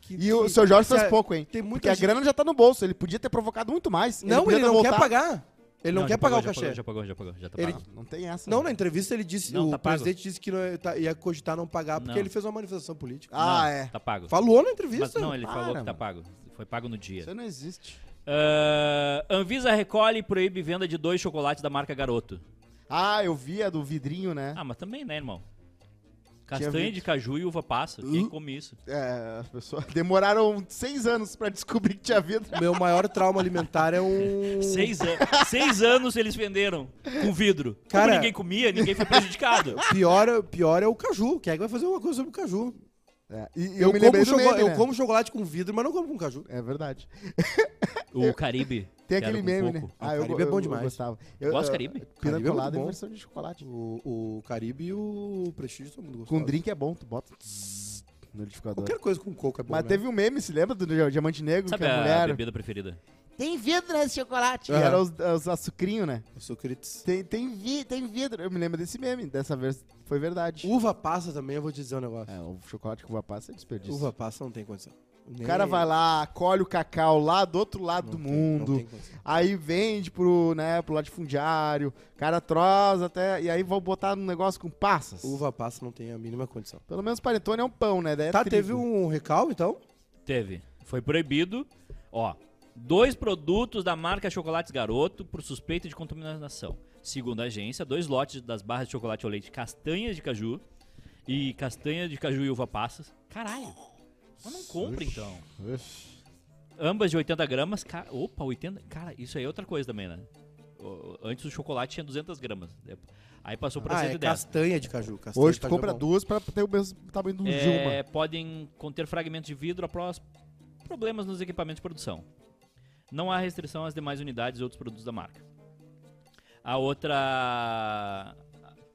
Speaker 2: que...
Speaker 1: E o
Speaker 2: que-
Speaker 1: seu Jorge
Speaker 2: que
Speaker 1: fez
Speaker 2: é-
Speaker 1: pouco, hein?
Speaker 2: Tem
Speaker 1: Porque
Speaker 2: muita
Speaker 1: a
Speaker 2: gente...
Speaker 1: grana já tá no bolso, ele podia ter provocado muito mais.
Speaker 2: Não,
Speaker 1: podia ter
Speaker 2: ele não quer
Speaker 1: voltado.
Speaker 2: pagar. Ele não,
Speaker 3: já
Speaker 2: quer pagar
Speaker 3: pagou,
Speaker 2: o cachê.
Speaker 3: Já pagou, já pagou, já pagou. Já tá
Speaker 2: Ele-
Speaker 3: pago.
Speaker 1: Não tem essa.
Speaker 2: Não,
Speaker 1: né?
Speaker 2: na entrevista ele disse,
Speaker 3: Não,
Speaker 2: o
Speaker 3: tá pago.
Speaker 2: presidente disse que não ia, tá- ia cogitar não pagar porque
Speaker 3: Não.
Speaker 2: ele fez uma manifestação política.
Speaker 1: Ah,
Speaker 3: Não,
Speaker 1: é.
Speaker 3: Tá pago.
Speaker 2: Falou na
Speaker 3: Mas
Speaker 2: entrevista.
Speaker 3: não, ele
Speaker 1: Para,
Speaker 3: falou que tá
Speaker 1: mano.
Speaker 3: pago. Foi pago no dia.
Speaker 1: Isso não existe.
Speaker 3: Ah, Anvisa recolhe e proíbe venda de dois chocolates da marca Garoto.
Speaker 1: Ah, eu vi a do vidrinho, né?
Speaker 3: Ah, mas também, né, irmão? Castanha de caju e uva passa. Quem come isso?
Speaker 1: É, as pessoas demoraram seis anos pra descobrir que tinha vidro.
Speaker 2: Meu maior trauma alimentar é um.
Speaker 3: Seis, an- seis anos eles venderam com vidro. Cara,
Speaker 2: Cara-
Speaker 3: Como ninguém comia, ninguém foi prejudicado.
Speaker 2: Pior, pior é o caju. Quem é que vai fazer uma coisa sobre o caju?
Speaker 1: É, e- e
Speaker 2: Eu,
Speaker 1: me
Speaker 2: como,
Speaker 1: lembrei do
Speaker 2: choco-
Speaker 1: meme,
Speaker 2: eu
Speaker 1: né?
Speaker 2: como chocolate com vidro, mas não como com caju.
Speaker 1: É verdade.
Speaker 3: O Caribe.
Speaker 1: É, Tem
Speaker 3: que
Speaker 1: aquele
Speaker 3: era com
Speaker 1: meme, né?
Speaker 3: coco.
Speaker 2: Ah, o Caribe é bom demais.
Speaker 1: Eu gostava.
Speaker 3: Eu
Speaker 1: Eu,
Speaker 3: gosto do
Speaker 1: eu-
Speaker 3: Caribe.
Speaker 1: Pina
Speaker 2: Caribe é muito
Speaker 1: colada em
Speaker 2: bom.
Speaker 1: versão de chocolate.
Speaker 2: O, o Caribe e o Prestígio todo mundo gostava.
Speaker 1: Com drink é bom, tu bota tss no liquidificador.
Speaker 2: Qualquer coisa com coco é bom.
Speaker 1: Mas
Speaker 2: né?
Speaker 1: teve um meme, se lembra do Diamante Negro?
Speaker 3: Sabe
Speaker 1: que a,
Speaker 3: a
Speaker 1: mulher...
Speaker 3: bebida preferida?
Speaker 4: Tem vidro nesse chocolate.
Speaker 1: Que
Speaker 2: Aham.
Speaker 1: era os, os açucrinhos, né?
Speaker 2: Eu sou crítico.
Speaker 1: Tem, tem, vi, tem vidro. Eu me lembro desse meme. Dessa vez foi verdade.
Speaker 2: Uva passa também, eu vou te dizer um negócio.
Speaker 1: É, o chocolate com uva passa é desperdício.
Speaker 2: Uva passa não tem condição.
Speaker 1: O cara vai lá, colhe o cacau lá do outro lado do mundo. aí vende pro, né, pro latifundiário. O cara troza até. E aí vão botar no negócio com passas.
Speaker 2: Uva passa não tem a mínima condição.
Speaker 1: Pelo menos panetone é um pão, né? Daí é
Speaker 2: tá,
Speaker 1: trigo.
Speaker 2: teve um recalque então?
Speaker 3: Teve. Foi proibido. Ó, dois produtos da marca Chocolates Garoto por suspeita de contaminação. Segundo a agência, dois lotes das barras de chocolate ao leite castanhas de caju e castanha de caju e uva passas. Caralho. Mas não compra então.
Speaker 1: Ixi.
Speaker 3: Ambas de 80 gramas. Cara, opa, 80. Cara, isso aí é outra coisa também, né? O- Antes o chocolate tinha 200 gramas. né? Aí passou pra
Speaker 2: Ah, é
Speaker 3: 110.
Speaker 2: castanha de caju. Castanha
Speaker 1: Hoje
Speaker 2: de
Speaker 1: tu
Speaker 2: caju é
Speaker 1: compra
Speaker 2: bom.
Speaker 1: duas pra ter o mesmo tamanho de um
Speaker 3: É,
Speaker 1: Gilma.
Speaker 3: podem conter fragmentos de vidro após problemas nos equipamentos de produção. Não há restrição às demais unidades e outros produtos da marca. A outra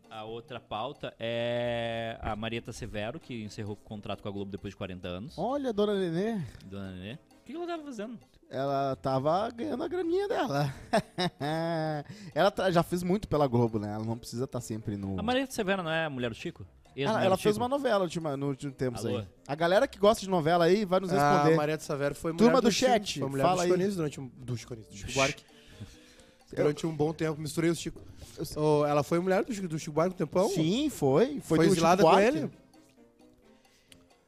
Speaker 3: a outra pauta é a Marieta Severo, que encerrou o contrato com a Globo depois de 40 anos.
Speaker 1: Olha, dona Nenê,
Speaker 3: Dona Nenê. O que que ela tava fazendo?
Speaker 1: ela tava ganhando a graninha dela. ela tá- já fez muito pela Globo, né? Ela não precisa estar sempre no.
Speaker 3: A Marieta Severo não é a mulher do Chico?
Speaker 1: Ela, ela fez uma novela ultima, no último tempos
Speaker 3: Alô?
Speaker 1: aí. A galera que gosta de novela aí vai nos
Speaker 2: Ah,
Speaker 1: responder.
Speaker 2: a Maria do Savero foi mulher
Speaker 1: Turma do
Speaker 2: do Chico,
Speaker 1: chat,
Speaker 2: Foi mulher
Speaker 1: fala
Speaker 2: do
Speaker 1: aí.
Speaker 2: Chico Anísio durante um, do Chico Anísio, do Chico Buarque. Durante um bom tempo, misturei os Chico. Oh, ela foi mulher do Chico, do Chico Buarque um tempão?
Speaker 1: Sim, foi. Foi,
Speaker 2: foi,
Speaker 1: do Chico
Speaker 2: exilada com
Speaker 1: Buarque.
Speaker 2: ele?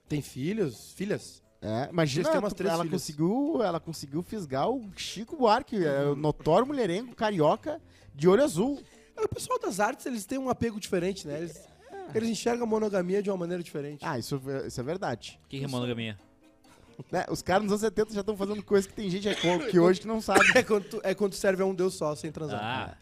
Speaker 2: Tem filhos? Filhas?
Speaker 1: É, imagina,
Speaker 2: Eles têm umas
Speaker 1: tu-
Speaker 2: três
Speaker 1: ela
Speaker 2: filhas.
Speaker 1: conseguiu, ela conseguiu fisgar o Chico Buarque, é, o notório mulherengo carioca de olho azul.
Speaker 2: É, O pessoal das artes, eles têm um apego diferente, né? Eles, eles enxergam a monogamia de uma maneira diferente.
Speaker 1: Ah, isso, é- isso é verdade.
Speaker 3: Que remonogamia.
Speaker 1: Né, Os caras nos anos 70 já estão fazendo coisa que tem gente aí co- que hoje que não sabe.
Speaker 2: É quando, tu, é quando tu serve a um deus só, sem transar.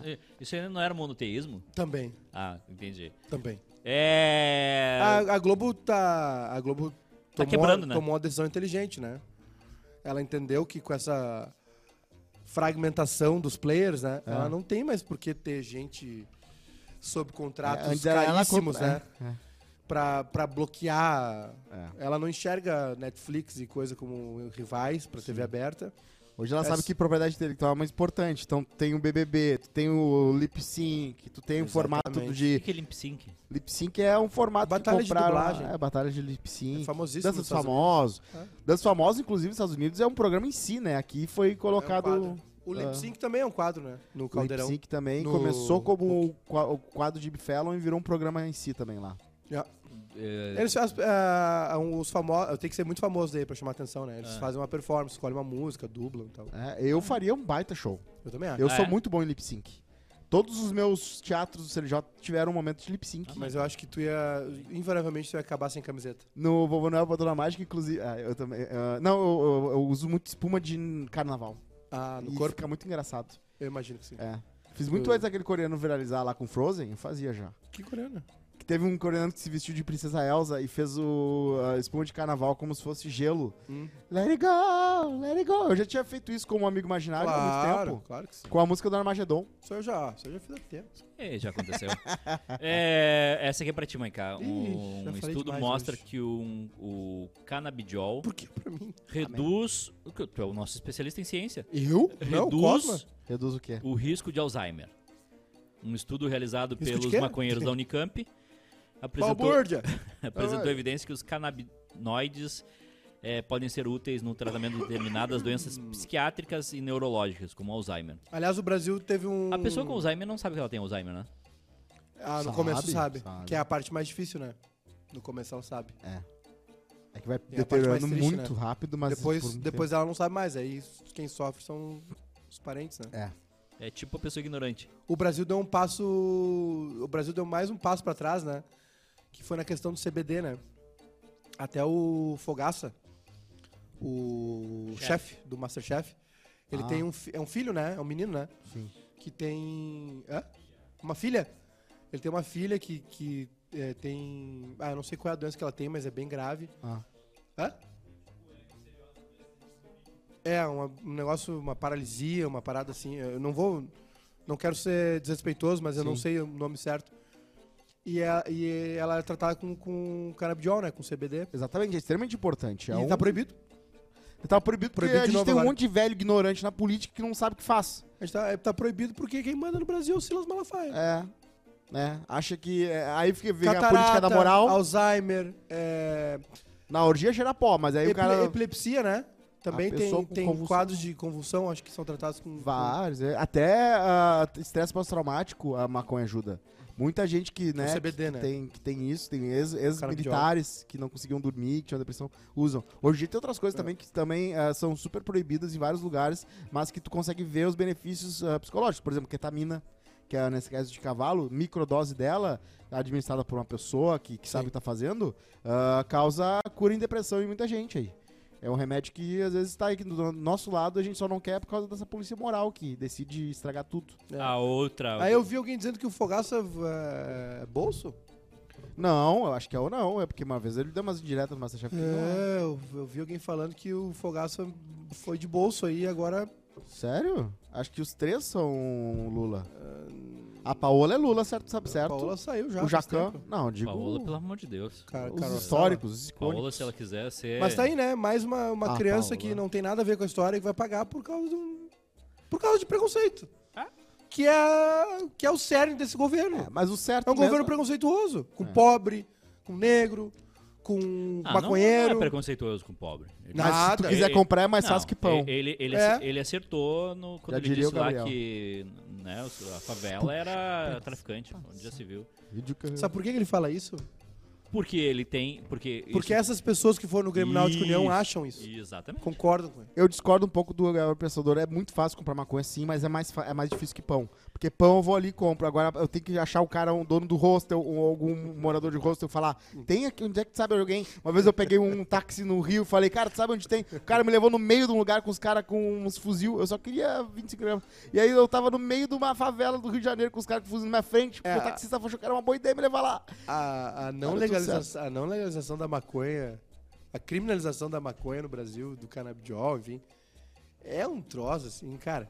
Speaker 3: Isso aí não era monoteísmo?
Speaker 2: Também,
Speaker 3: Ah, entendi.
Speaker 2: também.
Speaker 3: É...
Speaker 1: Ah,
Speaker 2: A, a Globo tá... A Globo
Speaker 3: Tá
Speaker 2: tomou,
Speaker 3: quebrando, né?
Speaker 2: tomou uma decisão inteligente, né? Ela entendeu que com essa fragmentação dos players, né?
Speaker 1: É.
Speaker 2: Ela não tem mais por que ter gente sob contratos
Speaker 1: É, antes era ela
Speaker 2: caríssimos,
Speaker 1: contra-
Speaker 2: né? Pra, pra bloquear...
Speaker 1: É.
Speaker 2: Ela não enxerga Netflix e coisa como rivais pra TV aberta.
Speaker 1: Hoje ela
Speaker 2: É
Speaker 1: sabe
Speaker 2: s-
Speaker 1: que propriedade intelectual é mais importante. Então tem o BBB, tu tem o Lip Sync, tu tem o formato
Speaker 2: Exatamente.
Speaker 3: O
Speaker 1: de
Speaker 3: que que é limp sync?
Speaker 1: Lip Sync é um formato
Speaker 2: Batalha
Speaker 1: que
Speaker 2: de
Speaker 1: compraram,
Speaker 2: dublagem.
Speaker 1: É, batalha de Lip
Speaker 2: É
Speaker 1: Sync.
Speaker 2: famosíssimo.
Speaker 1: Dança
Speaker 2: nos
Speaker 1: dos
Speaker 2: Estados
Speaker 1: Famosos.
Speaker 2: É.
Speaker 1: Dança dos Famosos, inclusive, nos Estados Unidos é um programa em si, né? Aqui foi colocado
Speaker 2: É um quadro. O
Speaker 1: Ah.
Speaker 2: Lip Sync também é um quadro, né? No
Speaker 1: o Lip
Speaker 2: Caldeirão.
Speaker 1: Sync também.
Speaker 2: No-
Speaker 1: Começou como o qua- o quadro de Jimmy Fallon e virou um programa em si também lá.
Speaker 2: Já.
Speaker 3: É,
Speaker 2: Eles faz- ah, os famosos. Tem que ser muito famoso daí pra chamar atenção, né? Eles
Speaker 3: Ah.
Speaker 2: fazem uma performance, escolhem uma música, dublam e tal.
Speaker 1: É, eu faria um baita show.
Speaker 2: Eu também acho.
Speaker 1: Eu
Speaker 3: Ah,
Speaker 1: sou
Speaker 3: é?
Speaker 1: muito bom em Lip Sync. Todos os meus teatros do CLJ tiveram um momento de Lip Sync.
Speaker 2: Mas eu acho que tu ia. Invariavelmente tu ia acabar sem camiseta.
Speaker 1: No Vovô Noel pra Dona Mágica, inclusive. ah, eu também. ah, não, eu, eu- eu uso muito espuma de carnaval.
Speaker 2: Ah, no
Speaker 1: e
Speaker 2: corpo?
Speaker 1: fica muito engraçado.
Speaker 2: Eu imagino que sim.
Speaker 1: É. Fiz muito
Speaker 2: Eu-
Speaker 1: antes daquele coreano viralizar lá com Frozen, eu fazia já.
Speaker 2: Que coreana.
Speaker 1: Que teve um coreano que se vestiu de princesa Elsa e fez o a espuma de carnaval como se fosse gelo.
Speaker 2: Hum.
Speaker 1: Let it go, let it go. Eu já tinha feito isso com um amigo imaginário há
Speaker 2: Claro,
Speaker 1: muito tempo.
Speaker 2: claro que sim.
Speaker 1: Com a música do Armagedon.
Speaker 2: Isso eu já, isso eu já fiz há tempo.
Speaker 3: é, já aconteceu. É, essa aqui é pra ti, Maiká. Um,
Speaker 2: Ih, já falei
Speaker 3: estudo
Speaker 2: demais
Speaker 3: mostra
Speaker 2: hoje.
Speaker 3: que um- o canabidiol
Speaker 2: Por que pra mim?
Speaker 3: reduz... Tu é o nosso especialista em ciência.
Speaker 2: Eu? Não,
Speaker 3: reduz
Speaker 2: Cosma?
Speaker 1: Reduz o quê?
Speaker 3: o risco de Alzheimer. Um estudo realizado
Speaker 2: Risco de
Speaker 3: pelos
Speaker 2: quê?
Speaker 3: maconheiros da Unicamp apresentou,
Speaker 2: Balbúrdia!
Speaker 3: apresentou evidência que os canabinoides eh, podem ser úteis no tratamento de determinadas doenças
Speaker 2: Hum.
Speaker 3: psiquiátricas e neurológicas, como Alzheimer.
Speaker 2: Aliás, o Brasil teve um.
Speaker 3: A pessoa com Alzheimer não sabe que ela tem Alzheimer, né?
Speaker 2: Ah, no
Speaker 1: Sabe,
Speaker 2: começo sabe,
Speaker 1: sabe.
Speaker 2: Que é a parte mais difícil, né? No começo ela sabe.
Speaker 1: É que vai
Speaker 2: a parte mais
Speaker 1: deteriorando
Speaker 2: triste, né?
Speaker 1: muito rápido, mas.
Speaker 2: depois
Speaker 1: por um
Speaker 2: depois ela não sabe mais. Aí quem sofre são os parentes, né?
Speaker 3: É tipo a pessoa ignorante.
Speaker 2: O Brasil deu um passo. O Brasil deu mais um passo pra trás, né? que foi na questão do CBD, né? Até o Fogaça, o chefe do Masterchef, ele
Speaker 1: Ah.
Speaker 2: tem um, fi- é um filho, né? É um menino, né?
Speaker 1: Sim.
Speaker 2: que tem. Hã? Uma filha? Ele tem uma filha que, que é, tem. Ah, eu não sei qual é a doença que ela tem, mas é bem grave.
Speaker 1: Ah.
Speaker 2: Hã? É, uma- um negócio, uma paralisia, uma parada assim. Eu não vou. Não quero ser desrespeitoso, mas eu não
Speaker 1: Sim.
Speaker 2: sei o nome certo. E, é- e ela é tratada com, com canabidiol, né? Com CBD.
Speaker 1: Exatamente, é extremamente importante. É
Speaker 2: e
Speaker 1: um...
Speaker 2: tá proibido.
Speaker 1: tá proibido porque
Speaker 2: Proibido
Speaker 1: a
Speaker 2: de
Speaker 1: gente
Speaker 2: novo
Speaker 1: tem um
Speaker 2: agora.
Speaker 1: monte de velho ignorante na política que não sabe o que faz.
Speaker 2: A gente tá, tá proibido porque quem manda no Brasil é o Silas Malafaia.
Speaker 1: É. É, acha que. é, aí fica vem a
Speaker 2: Catarata,
Speaker 1: política da moral.
Speaker 2: Alzheimer, é,
Speaker 1: Na orgia cheira pó, mas aí o
Speaker 2: Epi-
Speaker 1: cara.
Speaker 2: Epilepsia, né? Também
Speaker 1: A pessoa
Speaker 2: tem,
Speaker 1: com
Speaker 2: tem
Speaker 1: convulsão.
Speaker 2: quadros de convulsão, acho que são tratados com.
Speaker 1: Vários. é. Até ah, estresse pós-traumático, a maconha ajuda. Muita gente que, né,
Speaker 2: CBD,
Speaker 1: que,
Speaker 2: né?
Speaker 1: Tem, que tem isso, tem ex- ex-militares que não conseguiam dormir, que tinham depressão, usam. Hoje em dia tem outras coisas também que também ah, são super proibidas em vários lugares, mas que tu consegue ver os benefícios ah, psicológicos. Por exemplo, ketamina, que é nesse caso de cavalo, microdose dela, administrada por uma pessoa que, que sabe o que tá fazendo, ah, causa cura em depressão em muita gente aí. É um remédio que às vezes tá aí do nosso lado, a gente só não quer por causa dessa polícia moral que decide estragar tudo.
Speaker 2: É.
Speaker 3: A outra.
Speaker 2: Aí eu vi alguém dizendo que o Fogaça é bolso?
Speaker 1: Não, eu acho que é ou não, é porque uma vez ele deu umas indiretas no Masterchef. que não
Speaker 2: É, eu, eu vi alguém falando que o Fogaça foi de bolso aí, agora.
Speaker 1: é. Sério? Acho que os três são Lula. A Paola é Lula, certo? Sabe
Speaker 2: A
Speaker 1: certo?
Speaker 2: Paola saiu já.
Speaker 1: o
Speaker 2: faz
Speaker 1: Jacan.
Speaker 2: tempo.
Speaker 1: Não, eu digo
Speaker 3: Paola, pelo amor de Deus.
Speaker 2: Cara,
Speaker 1: os
Speaker 2: Carol-
Speaker 1: históricos, os icônicos.
Speaker 3: Paola, se ela quiser ser.
Speaker 2: Mas tá aí, né? Mais uma, uma
Speaker 1: Ah,
Speaker 2: criança
Speaker 1: Paola.
Speaker 3: né?
Speaker 2: que não tem nada a ver com a história e que vai pagar por causa de um. Por causa de preconceito.
Speaker 3: Ah.
Speaker 2: Que é. Que é o cerne desse governo.
Speaker 1: É, mas o certo
Speaker 2: É um governo
Speaker 1: mesmo-
Speaker 2: preconceituoso. Com
Speaker 1: É.
Speaker 2: pobre, com negro, com
Speaker 3: Ah, não-
Speaker 2: maconheiro.
Speaker 3: Não, é preconceituoso com pobre. Ele-
Speaker 1: Mas se tu
Speaker 2: Nada.
Speaker 1: quiser
Speaker 3: Ele-
Speaker 1: comprar é mais
Speaker 3: Não,
Speaker 1: fácil que pão.
Speaker 3: Ele, ele,
Speaker 2: É.
Speaker 3: ele acertou no, quando
Speaker 1: Já
Speaker 3: ele
Speaker 1: diria o
Speaker 3: disse lá
Speaker 1: Gabriel.
Speaker 3: que né, a favela era traficante, onde já se viu.
Speaker 1: Vídeo que-
Speaker 2: Sabe por que que ele fala isso?
Speaker 3: Porque ele tem. Porque,
Speaker 2: Porque essas pessoas que foram no Grêmio Náutico União
Speaker 3: Isso.
Speaker 2: acham
Speaker 1: é
Speaker 2: isso.
Speaker 3: Exatamente.
Speaker 2: Concordam com ele.
Speaker 1: Eu discordo um pouco do Gabriel Pensador. É muito fácil comprar maconha, sim, mas é mais, fa- é mais difícil que pão. Porque pão eu vou ali e compro. Agora eu tenho que achar o cara, um dono do hostel, ou algum morador de hostel, falar: tem aqui, onde é que tu sabe alguém? Uma vez eu peguei um táxi no Rio, falei: cara, tu sabe onde tem? O cara me levou no meio de um lugar com os caras com uns fuzil. Eu só queria 25 gramas. E aí eu tava no meio de uma favela do Rio de Janeiro com os caras com fuzil na minha frente, porque
Speaker 2: É.
Speaker 1: o taxista achou que era uma boa ideia me levar lá.
Speaker 2: A, a não
Speaker 1: Cara, é tudo
Speaker 2: legalização, a não legalização da maconha, a criminalização da maconha no Brasil, do canabidiol, enfim, é um troço, assim, cara.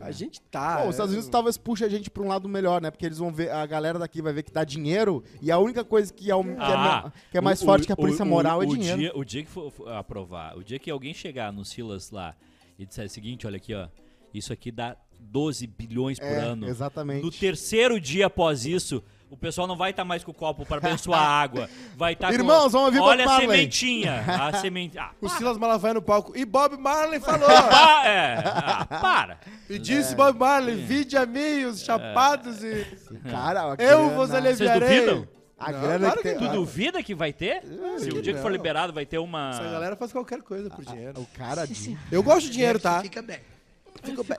Speaker 2: A gente tá...
Speaker 1: É.
Speaker 3: Ah,
Speaker 1: Bom, os Estados
Speaker 2: é,
Speaker 1: Unidos talvez puxa a gente pra um lado melhor, né? Porque eles vão ver, a galera daqui vai ver que dá dinheiro e a única coisa que é, o- que é
Speaker 3: Ah,
Speaker 1: ma- que é mais
Speaker 3: o-
Speaker 1: forte
Speaker 3: o-
Speaker 1: que a polícia
Speaker 3: o-
Speaker 1: moral é
Speaker 3: o
Speaker 1: dinheiro.
Speaker 3: Dia, o dia que for for aprovar, o dia que alguém chegar no Silas lá e disser o seguinte, olha aqui, ó, isso aqui dá 12 bilhões por
Speaker 1: É,
Speaker 3: ano.
Speaker 1: Exatamente.
Speaker 3: No terceiro dia após isso, o pessoal não vai estar mais com o copo para abençoar a água. Vai estar
Speaker 1: Irmãos,
Speaker 3: com...
Speaker 1: vamos ouvir Bob
Speaker 3: Olha a
Speaker 1: Marley.
Speaker 3: sementinha. A semente... Ah,
Speaker 2: O Silas Malafaia no palco. E Bob Marley falou!
Speaker 3: pá, é, ah, para.
Speaker 2: e
Speaker 1: É.
Speaker 2: disse Bob Marley, vide a mim, os chapados e...
Speaker 3: É.
Speaker 1: Cara, a
Speaker 2: Eu
Speaker 1: grana-
Speaker 2: vos
Speaker 3: Vocês
Speaker 2: aliviarei.
Speaker 3: duvidam?
Speaker 1: A
Speaker 2: Não,
Speaker 1: grana
Speaker 2: claro
Speaker 1: que
Speaker 2: que
Speaker 1: tem.
Speaker 3: Tu duvida que vai ter?
Speaker 1: Ah,
Speaker 3: Se
Speaker 2: que
Speaker 3: o dia que for
Speaker 2: não.
Speaker 3: liberado vai ter uma...
Speaker 2: Essa galera faz qualquer coisa por dinheiro.
Speaker 1: ah, O cara. de-
Speaker 2: Eu gosto de dinheiro, tá?
Speaker 5: Fica bem.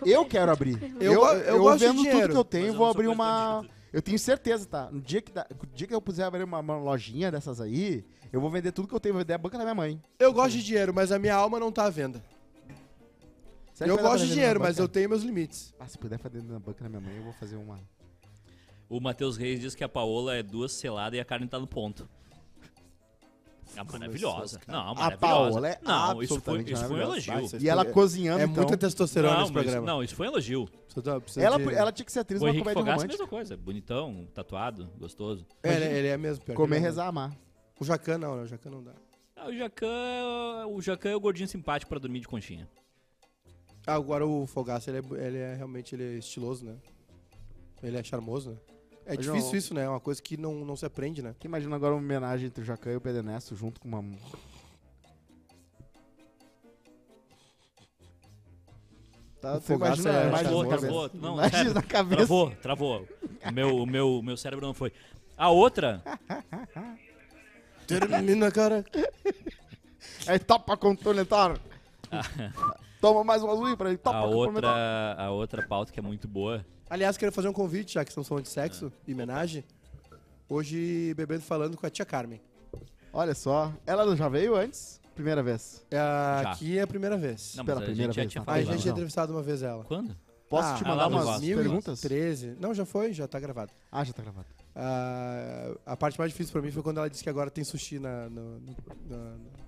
Speaker 1: Eu quero abrir. Eu,
Speaker 2: Eu go- eu gosto de
Speaker 1: vendo tudo
Speaker 2: dinheiro.
Speaker 1: que eu
Speaker 3: Mas
Speaker 1: tenho,
Speaker 3: eu
Speaker 1: vou
Speaker 3: não
Speaker 1: abrir
Speaker 3: sou
Speaker 1: uma.
Speaker 3: correspondente.
Speaker 1: Eu tenho certeza, tá? No dia que, dá- no dia que eu puser abrir uma, uma lojinha dessas aí, eu vou vender tudo que eu tenho, vou vender a banca da minha mãe.
Speaker 2: Eu gosto de dinheiro, mas a minha alma não tá à venda.
Speaker 1: Será que vai dar
Speaker 2: eu
Speaker 1: pra
Speaker 2: gosto de
Speaker 1: vender
Speaker 2: dinheiro,
Speaker 1: na
Speaker 2: mas eu
Speaker 1: banca?
Speaker 2: tenho meus limites.
Speaker 1: Ah, se puder fazer na banca da minha mãe, eu vou fazer uma.
Speaker 3: O Matheus Reis diz que a Paola é duas seladas e a Karen tá no ponto. Ah, maravilhosa. Não, maravilhosa.
Speaker 1: Paola é
Speaker 3: Não, isso foi,
Speaker 1: absolutamente
Speaker 3: isso foi um
Speaker 1: maravilhosa.
Speaker 3: elogio.
Speaker 2: Vai,
Speaker 1: E ela cozinhando.
Speaker 2: É
Speaker 1: então.
Speaker 2: muita testosterona
Speaker 3: não,
Speaker 2: nesse
Speaker 3: mas-
Speaker 2: programa. tá,
Speaker 3: não, isso foi um elogio.
Speaker 2: Precisa dar- precisa
Speaker 1: Ela,
Speaker 2: de-
Speaker 1: ela tinha que ser atriz
Speaker 3: O
Speaker 1: numa
Speaker 3: Henrique
Speaker 1: comédia
Speaker 3: Fogaça,
Speaker 1: romântica.
Speaker 3: mesma coisa. Bonitão, tatuado, gostoso.
Speaker 2: É, ele, ele é mesmo. pior que
Speaker 1: Comer,
Speaker 2: ele é.
Speaker 1: rezar, amar.
Speaker 2: O Jacan não, né? O Jacan não dá.
Speaker 3: Ah, o Jacan, o Jacan é o gordinho simpático pra dormir de conchinha.
Speaker 2: Ah, agora o Fogaça, ele é, bo- ele é realmente ele é estiloso, né? Ele é charmoso, né? É
Speaker 1: Mas,
Speaker 2: difícil
Speaker 1: João-
Speaker 2: isso, né? É uma coisa que não, não se aprende, né?
Speaker 1: Que imagina agora uma homenagem entre o Jacan e o Pedro Ernesto junto com uma. Tá,
Speaker 3: Tá,
Speaker 2: O Fogaça é
Speaker 1: imagem
Speaker 2: charmoso,
Speaker 1: na
Speaker 3: travou,
Speaker 1: cabeça.
Speaker 3: não,
Speaker 1: Imagem
Speaker 3: sério,
Speaker 1: na cabeça.
Speaker 3: Travou, travou. O meu, o meu, o meu cérebro não foi. A outra,
Speaker 2: Termina, cara.
Speaker 1: Aí topa complementar. Toma mais um azul pra ele. Topa
Speaker 3: a
Speaker 1: complementar.
Speaker 3: outra, a outra pauta que é muito boa.
Speaker 1: É.
Speaker 2: Aliás, quero fazer um convite, já que estamos falando de sexo e homenagem. O Hoje, bebendo e falando com a tia Carmen.
Speaker 1: Olha só, ela já veio antes? Primeira vez.
Speaker 2: É, aqui é a primeira vez.
Speaker 3: Não,
Speaker 1: Pela
Speaker 3: mas a
Speaker 1: primeira
Speaker 3: gente já
Speaker 1: vez, né?
Speaker 3: tinha
Speaker 1: não.
Speaker 2: a
Speaker 3: falado.
Speaker 1: não,
Speaker 2: gente tinha
Speaker 1: não.
Speaker 2: entrevistado uma vez ela.
Speaker 3: Quando?
Speaker 1: Posso
Speaker 2: Ah,
Speaker 1: te
Speaker 3: ah,
Speaker 1: mandar
Speaker 3: lá no
Speaker 1: umas
Speaker 3: Vasco.
Speaker 1: perguntas?
Speaker 2: 2013. Não, já foi, já tá gravado.
Speaker 1: Ah, já tá gravado.
Speaker 2: Ah, a parte mais difícil pra mim foi quando ela disse que agora tem sushi na. no- no- na- na-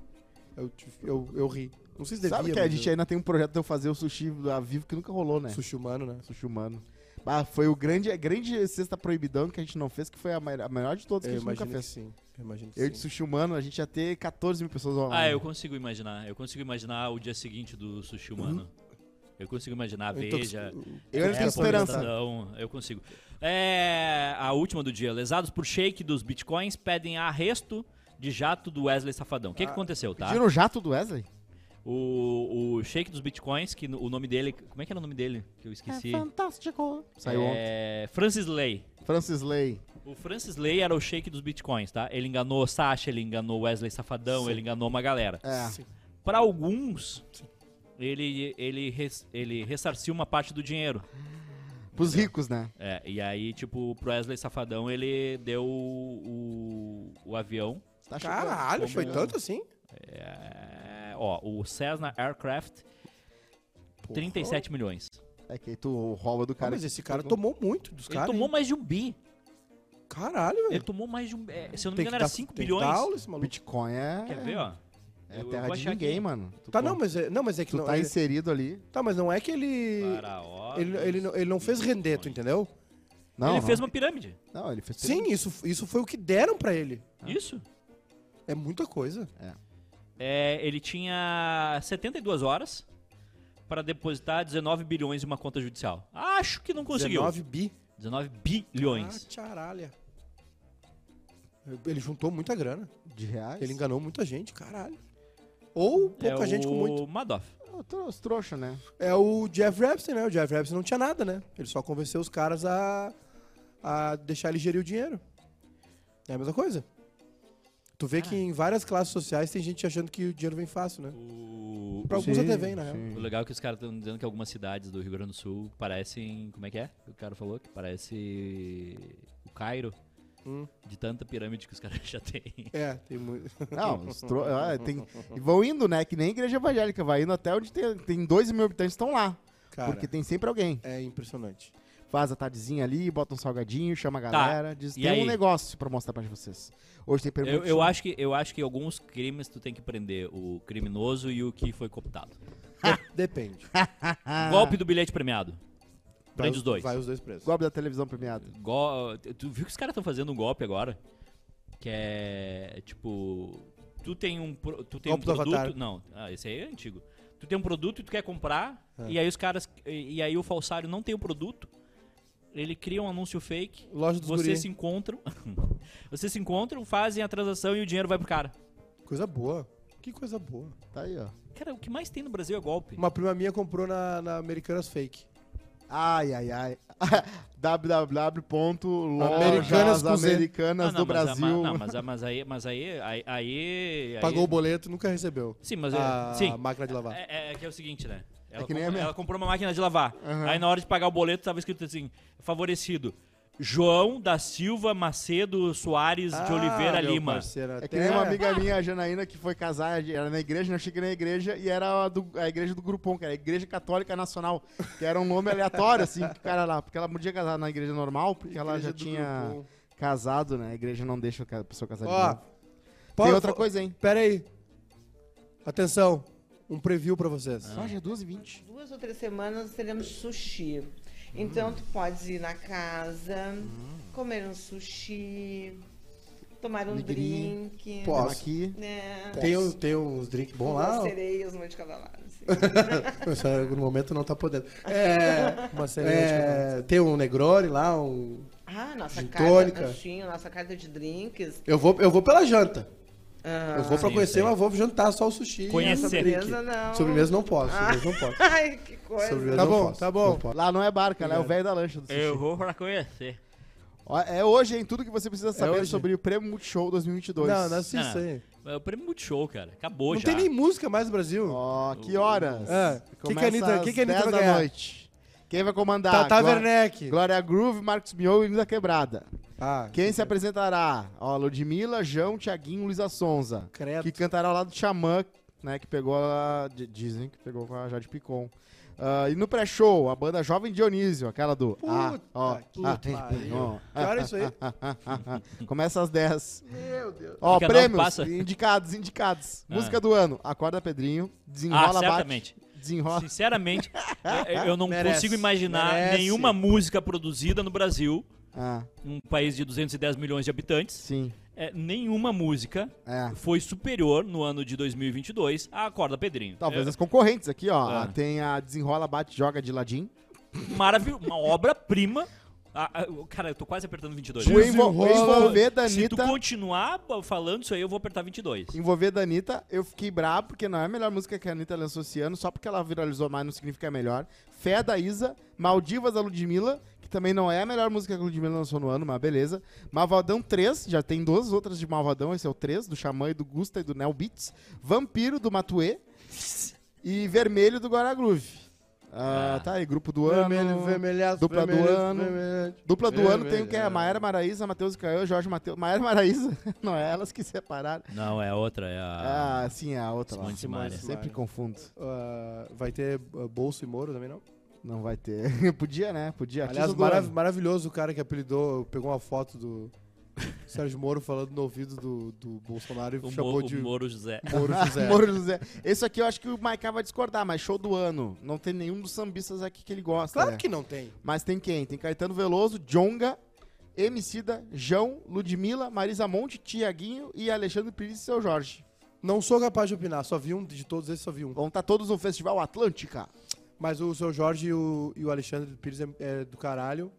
Speaker 2: eu, tive- eu, eu ri. Não sei se devia.
Speaker 1: Sabe que a
Speaker 2: mas
Speaker 1: gente
Speaker 2: eu-
Speaker 1: ainda tem um projeto de eu fazer o sushi a vivo que nunca rolou, né?
Speaker 2: Sushi humano, né?
Speaker 1: Sushi humano. Ah, foi o grande, a grande cesta proibidão que a gente não fez, que foi a, mai- a melhor de todas que
Speaker 2: Eu
Speaker 1: a gente nunca
Speaker 2: imagino que
Speaker 1: fez.
Speaker 2: sim. Eu imagino que
Speaker 1: Eu
Speaker 2: sim.
Speaker 1: de sushi humano, a gente ia ter 14 mil pessoas online.
Speaker 3: Ah, eu consigo imaginar. Eu consigo imaginar o dia seguinte do sushi
Speaker 1: Uhum.
Speaker 3: humano. Eu consigo imaginar a
Speaker 2: Eu tô-
Speaker 3: veja.
Speaker 1: Eu ainda
Speaker 3: É,
Speaker 1: tenho
Speaker 3: pô,
Speaker 1: esperança.
Speaker 3: Estadão, eu consigo. É, a última do dia. Lesados por shake dos bitcoins pedem arresto de jato do Wesley Safadão.
Speaker 1: Ah,
Speaker 3: O que, que aconteceu, tá?
Speaker 1: Tira o jato do Wesley?
Speaker 3: O, o shake dos bitcoins, que no- o nome dele... Como é que era o nome dele? Que eu esqueci.
Speaker 4: tá fantástico.
Speaker 1: Saiu ontem.
Speaker 3: É, Francis Lay.
Speaker 1: Francis Lay.
Speaker 3: O Francis Lay era o shake dos bitcoins, tá? Ele enganou o Sasha, ele enganou o Wesley Safadão, ele enganou uma galera.
Speaker 1: É.
Speaker 2: Sim.
Speaker 3: Pra alguns, ele, ele, res- ele ressarciu uma parte do dinheiro.
Speaker 1: Pros ricos, né?
Speaker 3: É, e aí, tipo, pro Wesley Safadão, ele deu o, o- o avião.
Speaker 1: Tá chegando.
Speaker 2: Caralho, foi
Speaker 1: Chegando.
Speaker 2: tanto assim?
Speaker 3: É, ó, o Cessna Aircraft,
Speaker 2: Porra.
Speaker 3: 37 milhões.
Speaker 1: É que aí tu rouba do
Speaker 2: Ah,
Speaker 1: cara.
Speaker 2: mas
Speaker 1: que-
Speaker 2: esse cara tomou muito dos
Speaker 3: Ele
Speaker 2: caras.
Speaker 3: tomou mais de um bi.
Speaker 2: hein? Caralho,
Speaker 3: Ele
Speaker 2: velho.
Speaker 3: tomou mais de um. é, se eu
Speaker 2: Tem
Speaker 3: não me
Speaker 2: que
Speaker 3: engano, era
Speaker 2: dar
Speaker 3: 5
Speaker 2: tem que dar
Speaker 3: bilhões.
Speaker 2: aula esse maluco.
Speaker 1: Bitcoin é.
Speaker 3: Quer ver, ó?
Speaker 1: É
Speaker 3: Eu- eu
Speaker 1: terra
Speaker 3: vou
Speaker 1: de
Speaker 3: achar
Speaker 1: ninguém,
Speaker 3: aqui.
Speaker 1: mano. Tu
Speaker 2: Tá,
Speaker 1: com-
Speaker 2: não, mas é, não, mas é que
Speaker 1: Tu
Speaker 2: não,
Speaker 1: tá
Speaker 2: ele-
Speaker 1: inserido ali.
Speaker 2: tá, mas não é que ele
Speaker 3: Faraó
Speaker 2: ele, ele, não, ele não fez
Speaker 3: dos
Speaker 2: render, tu
Speaker 3: bitcoins.
Speaker 2: entendeu?
Speaker 1: Não,
Speaker 3: ele
Speaker 1: não.
Speaker 3: fez uma pirâmide.
Speaker 1: Não, ele fez.
Speaker 2: Sim, isso, isso foi o que deram pra ele.
Speaker 3: Isso.
Speaker 2: É muita coisa.
Speaker 3: É, ele tinha 72 horas para depositar 19 bilhões em uma conta judicial. Acho que não conseguiu.
Speaker 2: 19 bi.
Speaker 3: 19 bilhões.
Speaker 2: Ah, tcharalha. Ele juntou muita grana.
Speaker 1: De reais.
Speaker 2: Ele enganou muita gente, caralho. Ou Ah, pouca
Speaker 3: é
Speaker 2: gente
Speaker 3: o
Speaker 2: com muito.
Speaker 3: Madoff.
Speaker 1: Ah, tro- Os trouxa, né?
Speaker 2: É o Jeff Rapson, né? O Jeff Rapson não tinha nada, né? Ele só convenceu os caras a, a deixar ele gerir o dinheiro. É a mesma coisa. Tu vê que em várias classes sociais tem gente achando que o dinheiro vem fácil, né?
Speaker 3: O,
Speaker 2: Pra alguns
Speaker 1: Sim,
Speaker 2: até vem, na real.
Speaker 1: sim.
Speaker 3: o legal é que os caras estão dizendo que algumas cidades do Rio Grande do Sul parecem. Como é que é? O cara falou que parece. O Cairo.
Speaker 2: Hum.
Speaker 3: De tanta pirâmide que os caras já têm.
Speaker 2: É, tem muito.
Speaker 1: Não, os tro... ah, tem... e vão indo, né? Que nem a igreja evangélica, vai indo até onde tem, tem 2 mil habitantes estão lá.
Speaker 2: Cara,
Speaker 1: Porque tem sempre alguém.
Speaker 2: é impressionante.
Speaker 1: Faz a tardezinha ali, bota um salgadinho, chama a
Speaker 3: Tá.
Speaker 1: galera. Diz,
Speaker 3: E
Speaker 1: tem um
Speaker 3: aí?
Speaker 1: negócio pra mostrar pra vocês. Hoje tem pergunta.
Speaker 3: Eu, eu acho que, eu acho que alguns crimes tu tem que prender o criminoso e o que foi cooptado.
Speaker 2: De- Depende.
Speaker 3: Golpe do bilhete premiado. Prende os dois.
Speaker 2: Ah. Vai os dois presos.
Speaker 1: Golpe da televisão premiada.
Speaker 3: Go- Tu viu que os caras estão fazendo um golpe agora? Que é tipo. Tu tem um, pro- tu tem um
Speaker 2: Golpe do
Speaker 3: produto.
Speaker 2: Avatar.
Speaker 3: Não, ah, esse aí é antigo. Tu tem um produto e tu quer comprar,
Speaker 2: É.
Speaker 3: e aí os caras. E, e aí o falsário não tem o produto. Ele cria um anúncio fake.
Speaker 2: Loja dos
Speaker 3: Vocês
Speaker 2: guri.
Speaker 3: se encontram. vocês se encontram, fazem a transação e o dinheiro vai pro cara.
Speaker 2: Coisa boa. Que coisa boa.
Speaker 1: Tá aí, ó.
Speaker 3: Cara, o que mais tem no Brasil é golpe.
Speaker 2: Uma prima minha comprou na, na Americanas Fake.
Speaker 1: Ai, ai, ai. www.lojasamericanas
Speaker 3: Ah, não,
Speaker 1: do
Speaker 3: mas a-
Speaker 1: Brasil.
Speaker 3: não, mas, a- mas aí. Mas aí. aí, aí- aí-
Speaker 2: Pagou o boleto, nunca recebeu.
Speaker 3: Sim, mas. é-
Speaker 2: a
Speaker 3: sim.
Speaker 2: máquina de lavar.
Speaker 3: É, é- é que é o seguinte, né? Ela,
Speaker 1: que nem
Speaker 3: comp-
Speaker 1: a minha.
Speaker 3: ela comprou uma máquina de lavar. Aí na hora de pagar o boleto tava escrito assim: favorecido. João da Silva Macedo Soares de Oliveira
Speaker 2: Ah, meu
Speaker 3: Lima.
Speaker 2: parceiro,
Speaker 1: É que
Speaker 2: até-
Speaker 1: nem uma amiga minha, a Janaína, que foi casar, era na igreja, não cheguei na igreja, e era a, do- a igreja do Grupom, que era a Igreja Católica Nacional, que era um nome aleatório, assim, que o cara lá, porque ela podia casar na igreja normal, porque ela
Speaker 2: Igreja
Speaker 1: já
Speaker 2: do
Speaker 1: tinha
Speaker 2: Grupom.
Speaker 1: casado, né? A igreja não deixa a pessoa casar de
Speaker 2: Ó,
Speaker 1: novo.
Speaker 2: Paulo,
Speaker 1: Tem outra coisa, hein?
Speaker 2: Pera aí. Atenção. Um preview pra vocês.
Speaker 1: Só já é 2h20.
Speaker 5: Duas ou três semanas teremos sushi. Então tu podes ir na casa, comer um sushi, tomar um
Speaker 1: Nigiri.
Speaker 5: drink.
Speaker 1: Temos Aqui.
Speaker 5: Né?
Speaker 2: Tem, um- tem uns drinks bons
Speaker 5: Duas
Speaker 2: lá?
Speaker 5: sereias, uma de cada lado. assim.
Speaker 2: Só no momento não tá podendo. É, é, tem um Negroni lá, um...
Speaker 5: Ah, nossa
Speaker 2: Gin tônica.
Speaker 5: carta, sim, nossa carta de drinks.
Speaker 2: Eu vou, eu vou pela janta.
Speaker 5: Ah,
Speaker 2: eu vou pra
Speaker 3: sim,
Speaker 2: conhecer,
Speaker 3: sim.
Speaker 2: mas vou jantar só o sushi. e
Speaker 3: Conhecer.
Speaker 2: um drink.
Speaker 5: Sobremesa não.
Speaker 2: Sobremesa não posso, sobremesa não posso.
Speaker 5: Ai, que coisa.
Speaker 2: Sobremesa
Speaker 1: Tá
Speaker 2: não
Speaker 1: bom,
Speaker 2: posso,
Speaker 1: tá bom.
Speaker 2: não posso.
Speaker 1: Lá não é barca, lá é o velho da lancha do sushi.
Speaker 3: Eu vou pra conhecer.
Speaker 1: Ó, É hoje, hein? Tudo que você precisa saber
Speaker 2: hoje.
Speaker 1: sobre o Prêmio Multishow 2022.
Speaker 2: Não, não assista isso
Speaker 3: Ah,
Speaker 2: aí.
Speaker 3: É o prêmio Multishow, cara. Acabou
Speaker 2: Não
Speaker 3: já.
Speaker 2: tem nem música mais no Brasil.
Speaker 1: Ó, que horas?
Speaker 2: É, que que a
Speaker 1: Começa
Speaker 2: Anitta- que que a
Speaker 1: às 10
Speaker 2: Anitta vai
Speaker 1: da
Speaker 2: ganhar?
Speaker 1: noite. Quem vai comandar?
Speaker 2: Tatá
Speaker 1: Glória-
Speaker 2: Tá, Werneck.
Speaker 1: Glória Groove, Marcos Mion e Linda Quebrada.
Speaker 2: Ah,
Speaker 1: Quem se apresentará? Ó, Ludmilla, João, Tiaguinho, Luísa Sonza.
Speaker 2: Credo.
Speaker 1: Que cantará ao lado do Xamã, né? Que pegou a. di- Dizem que pegou com a Jade Picon. Ah, e no pré-show, a banda Jovem Dionísio, aquela do. ah, ó,
Speaker 2: que
Speaker 1: ah,
Speaker 2: pariu.
Speaker 1: ó,
Speaker 2: Que hora é isso aí?
Speaker 1: Ah, Começa às 10.
Speaker 2: Meu Deus.
Speaker 1: Ó,
Speaker 3: Cada um
Speaker 1: prêmios,
Speaker 3: passa.
Speaker 1: indicados, indicados.
Speaker 3: Ah.
Speaker 1: Música do ano, Acorda Pedrinho,
Speaker 3: Ah,
Speaker 1: Desenrola Bate,
Speaker 3: certamente.
Speaker 1: Desenrola...
Speaker 3: Sinceramente, eu- eu não
Speaker 2: Merece,
Speaker 3: consigo imaginar
Speaker 2: merece.
Speaker 3: nenhuma música produzida no Brasil,
Speaker 1: Ah,
Speaker 3: um país de 210 milhões de habitantes,
Speaker 1: sim,
Speaker 3: é, nenhuma música
Speaker 2: Ah.
Speaker 1: é.
Speaker 3: foi superior no ano de 2022 à Acorda Pedrinho.
Speaker 1: Talvez as concorrentes aqui, ó.
Speaker 3: Ah.
Speaker 1: Tem a Desenrola Bate, Joga de Ladim.
Speaker 3: Maravilhoso, uma obra-prima. Ah, ah, cara, eu tô quase apertando 22.
Speaker 1: Vou envol-
Speaker 2: Desenrola.
Speaker 1: envolver da
Speaker 3: Se tu
Speaker 1: Anitta...
Speaker 3: continuar falando isso aí, eu vou apertar 22.
Speaker 1: Envolver da Anitta, eu fiquei brabo, porque não é a melhor música que a Anitta lançou esse ano, só porque ela viralizou mais não significa é melhor. Fé da Isa, Maldivas da Ludmilla, que também não é a melhor música que a Ludmilla lançou no ano, mas beleza. Malvadão 3, já tem duas outras de Malvadão, esse é o 3, do Xamã e do Gusta e do Nel Beats. Vampiro do Matuê e Vermelho do Guaragroove. Ah,
Speaker 3: Ah.
Speaker 1: Tá aí, grupo do ano.
Speaker 2: vermelhaço,
Speaker 1: dupla do
Speaker 2: vermelhaço,
Speaker 1: ano.
Speaker 2: vermelhaço.
Speaker 1: Dupla do ano tem o que?
Speaker 2: Vermelho.
Speaker 1: A Maera Maraísa, Matheus Caio, Jorge Matheus. Maera Maraísa, não é elas que separaram.
Speaker 3: Não, é outra, é a.
Speaker 1: Ah, sim, é a outra lá.
Speaker 3: Simone de Simaria.
Speaker 1: Sempre confundo.
Speaker 2: Ah, vai ter ah, Bolso e Moro também, não?
Speaker 1: Não vai ter. Podia, né? Podia. Artista
Speaker 2: Aliás,
Speaker 1: do
Speaker 2: marav-
Speaker 1: ano.
Speaker 2: maravilhoso o cara que apelidou, pegou uma foto do Sérgio Moro falando no ouvido do, do Bolsonaro e
Speaker 3: o,
Speaker 2: chamou
Speaker 3: Mo-
Speaker 2: de
Speaker 3: o Moro José.
Speaker 1: É,
Speaker 2: Moro José.
Speaker 1: Moro José. Esse aqui eu acho que o Maiká vai discordar, mas show do ano. Não tem nenhum dos sambistas aqui que ele gosta.
Speaker 2: Claro
Speaker 1: né?
Speaker 2: que não tem.
Speaker 1: Mas tem quem? Tem Caetano Veloso, Jonga, Emicida, João, Ludmilla, Marisa Monte, Tiaguinho e Alexandre Pires e seu Jorge.
Speaker 2: Não sou capaz de opinar, só vi um, de todos esses só vi um.
Speaker 1: Vão estar todos no Festival Atlântica.
Speaker 2: Mas o seu Jorge e o, e o Alexandre Pires é, é do caralho.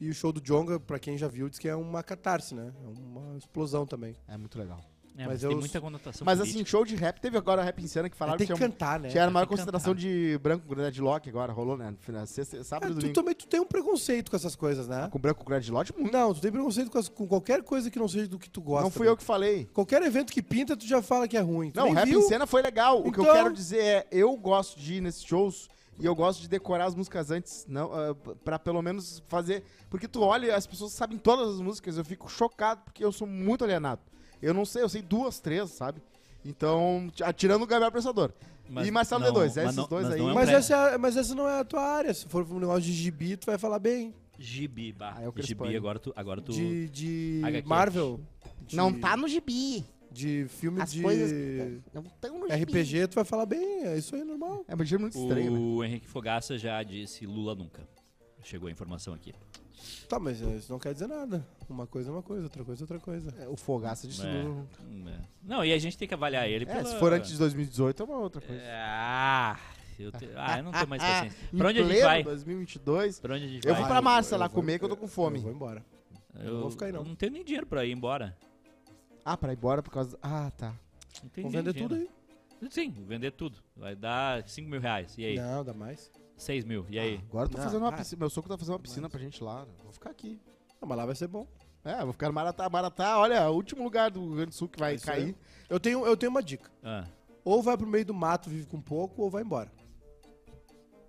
Speaker 2: E o show do Jonga, pra quem já viu, diz que é uma catarse, né? É uma explosão também.
Speaker 1: É muito legal.
Speaker 3: É, mas,
Speaker 2: Mas
Speaker 3: tem
Speaker 2: eu-
Speaker 3: muita conotação.
Speaker 1: Mas
Speaker 3: política.
Speaker 1: assim, show de rap. Teve agora rap em cena que falaram
Speaker 2: É, tem
Speaker 1: que
Speaker 2: que
Speaker 1: tinha, um-
Speaker 2: cantar, né?
Speaker 1: tinha a maior
Speaker 3: tem que
Speaker 1: concentração de branco com dreadlock agora. Rolou, né? Na sexta-
Speaker 2: Ah,
Speaker 1: Sábado e
Speaker 2: tu
Speaker 1: domingo.
Speaker 2: também tu tem um preconceito com essas coisas, né?
Speaker 1: Com branco com dreadlock?
Speaker 2: Não, tu tem preconceito com, as- com qualquer coisa que não seja do que tu gosta. né?
Speaker 1: Não fui eu que falei.
Speaker 2: Qualquer evento que pinta, tu já fala que é ruim. Tu
Speaker 1: Não, o
Speaker 2: nem
Speaker 1: rap
Speaker 2: viu.
Speaker 1: em cena foi legal. O que eu
Speaker 2: Então-
Speaker 1: quero dizer é, eu gosto de ir nesses shows e eu gosto de decorar as músicas antes, não, ah, p- pra pelo menos fazer. Porque tu olha e as pessoas sabem todas as músicas, eu fico chocado porque eu sou muito alienado. Eu não sei, eu sei duas, três, sabe? Então, ti- ah, tirando o Gabriel Pensador.
Speaker 3: Mas
Speaker 1: e Marcelo
Speaker 3: não,
Speaker 1: D2,
Speaker 3: mas
Speaker 1: esses
Speaker 3: não-
Speaker 1: dois
Speaker 3: mas
Speaker 1: aí.
Speaker 3: não é um
Speaker 2: Mas
Speaker 3: pré-
Speaker 2: essa, é a- mas essa não é a tua área. Se for um negócio de gibi, tu vai falar bem.
Speaker 3: Gibi, bah.
Speaker 1: Ah, é o Chris
Speaker 3: Gibi,
Speaker 1: Pine.
Speaker 3: agora tu. Agora tu...
Speaker 2: De, de
Speaker 3: HQ.
Speaker 2: Marvel. de-
Speaker 4: Não tá no gibi.
Speaker 2: De filme
Speaker 4: As
Speaker 2: de
Speaker 4: coisas não estão no gibi.
Speaker 2: RPG, tu vai falar bem. É isso aí, normal.
Speaker 1: É um gênero muito estranho, né?
Speaker 3: o Henrique Fogaça já disse Lula nunca. Chegou a informação aqui.
Speaker 2: Tá, mas eh, isso não quer dizer nada. Uma coisa é uma coisa, outra coisa é outra coisa.
Speaker 1: É, O Fogaça de
Speaker 3: É,
Speaker 1: Sulu.
Speaker 3: é. Não, e a gente tem que avaliar ele.
Speaker 1: É,
Speaker 3: pela-
Speaker 1: se for antes de 2018 é uma outra coisa.
Speaker 3: Ah, eu, te... ah, eu não tenho mais paciência.
Speaker 1: Em
Speaker 3: pra onde a gente
Speaker 1: pleno
Speaker 3: vai?
Speaker 1: 2022.
Speaker 3: Pra onde a gente
Speaker 1: Eu
Speaker 3: vai?
Speaker 1: vou pra Márcia
Speaker 2: eu
Speaker 1: lá
Speaker 2: vou-
Speaker 1: comer que eu tô com fome.
Speaker 2: Eu vou embora.
Speaker 3: Eu
Speaker 2: não vou ficar aí, não.
Speaker 3: Não tenho nem dinheiro pra ir embora.
Speaker 1: Ah, pra ir embora por causa. Ah, tá.
Speaker 3: Não tenho
Speaker 2: Vamos
Speaker 3: nem
Speaker 2: vender
Speaker 3: dinheiro.
Speaker 2: tudo aí.
Speaker 3: Sim, vender tudo. Vai dar 5 mil reais. E aí?
Speaker 2: Não, dá mais.
Speaker 3: 6 mil. E aí?
Speaker 1: Agora eu tô
Speaker 2: Não, é.
Speaker 1: fazendo uma
Speaker 2: para.
Speaker 1: piscina. Meu soco tá fazendo uma piscina pra gente lá. né? Vou ficar aqui.
Speaker 2: Ah, mas lá vai ser bom.
Speaker 1: É, vou ficar no Maratá. Maratá, olha, o último lugar do Rio Grande do Sul que vai
Speaker 2: É Isso
Speaker 1: cair.
Speaker 2: Eu tenho, eu tenho uma dica.
Speaker 3: Ah,
Speaker 2: Ou vai pro meio do mato, vive com pouco, ou vai embora.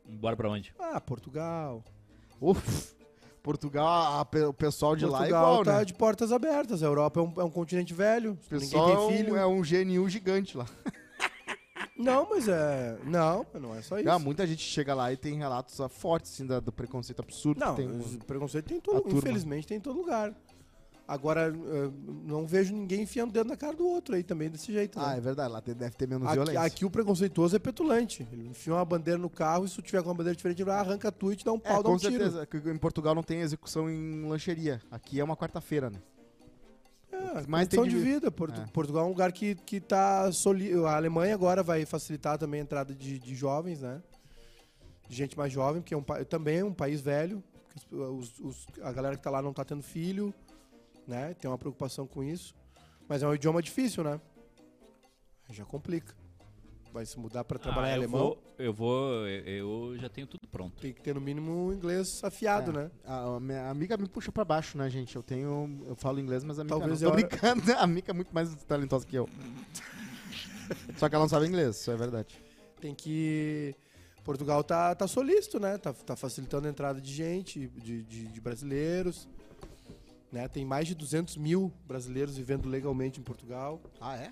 Speaker 3: bora pra onde?
Speaker 2: Ah, Portugal.
Speaker 1: Uf, Portugal, a pe- o pessoal de lá é
Speaker 2: Portugal
Speaker 1: igual,
Speaker 2: tá
Speaker 1: né?
Speaker 2: de portas abertas. A Europa é um, é um continente velho.
Speaker 1: O
Speaker 2: Ninguém
Speaker 1: pessoal
Speaker 2: tem filho.
Speaker 1: é um GNU gigante lá.
Speaker 2: Não, mas é. Não, não é só isso.
Speaker 1: Ah, muita gente chega lá e tem relatos ah, fortes assim, da- do preconceito absurdo
Speaker 2: Não,
Speaker 1: que tem. um-
Speaker 2: os preconceito tem em
Speaker 1: a
Speaker 2: todo
Speaker 1: turma.
Speaker 2: Infelizmente tem em todo lugar. Agora, eh, não vejo ninguém enfiando o dedo na cara do outro aí também desse jeito. né?
Speaker 1: Ah, é verdade, lá tem- deve ter menos
Speaker 2: aqui,
Speaker 1: violência.
Speaker 2: aqui o preconceituoso é petulante. Ele enfia uma bandeira no carro e se tu tiver com uma bandeira diferente, ele vai, arranca a tua e te dá um
Speaker 1: é,
Speaker 2: pau, dá
Speaker 1: com
Speaker 2: um tiro.
Speaker 1: certeza. que Em Portugal não tem execução em lancheria. Aqui é uma quarta-feira, né?
Speaker 2: É,
Speaker 1: Mas
Speaker 2: mas
Speaker 1: tem
Speaker 2: tem
Speaker 1: que
Speaker 2: de
Speaker 1: vi-
Speaker 2: vida. Portu-
Speaker 1: É.
Speaker 2: Portugal é um lugar que, que tá soli... A Alemanha agora vai facilitar também a entrada de, de jovens, né? De gente mais jovem, porque é um, pa- também é um país velho. que os- os- os- a galera que tá lá não tá tendo filho, né? Tem uma preocupação com isso. Mas é um idioma difícil, né? Aí Já complica. Vai se mudar para trabalhar
Speaker 3: Ah,
Speaker 2: em
Speaker 3: eu
Speaker 2: alemão.
Speaker 3: Vou, eu vou. Eu já tenho tudo pronto.
Speaker 2: Tem que ter no mínimo um inglês afiado,
Speaker 1: É.
Speaker 2: né?
Speaker 1: A, a minha amiga me puxa pra baixo, né, gente? Eu tenho. Eu falo inglês, mas a Mica
Speaker 2: Talvez
Speaker 1: não. Tô
Speaker 2: eu-
Speaker 1: brincando, né? A Mica é muito mais talentosa que eu. Só que ela não sabe inglês, isso é verdade.
Speaker 2: tem que. Portugal tá, tá solícito, né? Tá, tá facilitando a entrada de gente, de, de- de brasileiros. Né? Tem mais de 200 mil brasileiros vivendo legalmente em Portugal.
Speaker 1: Ah, é?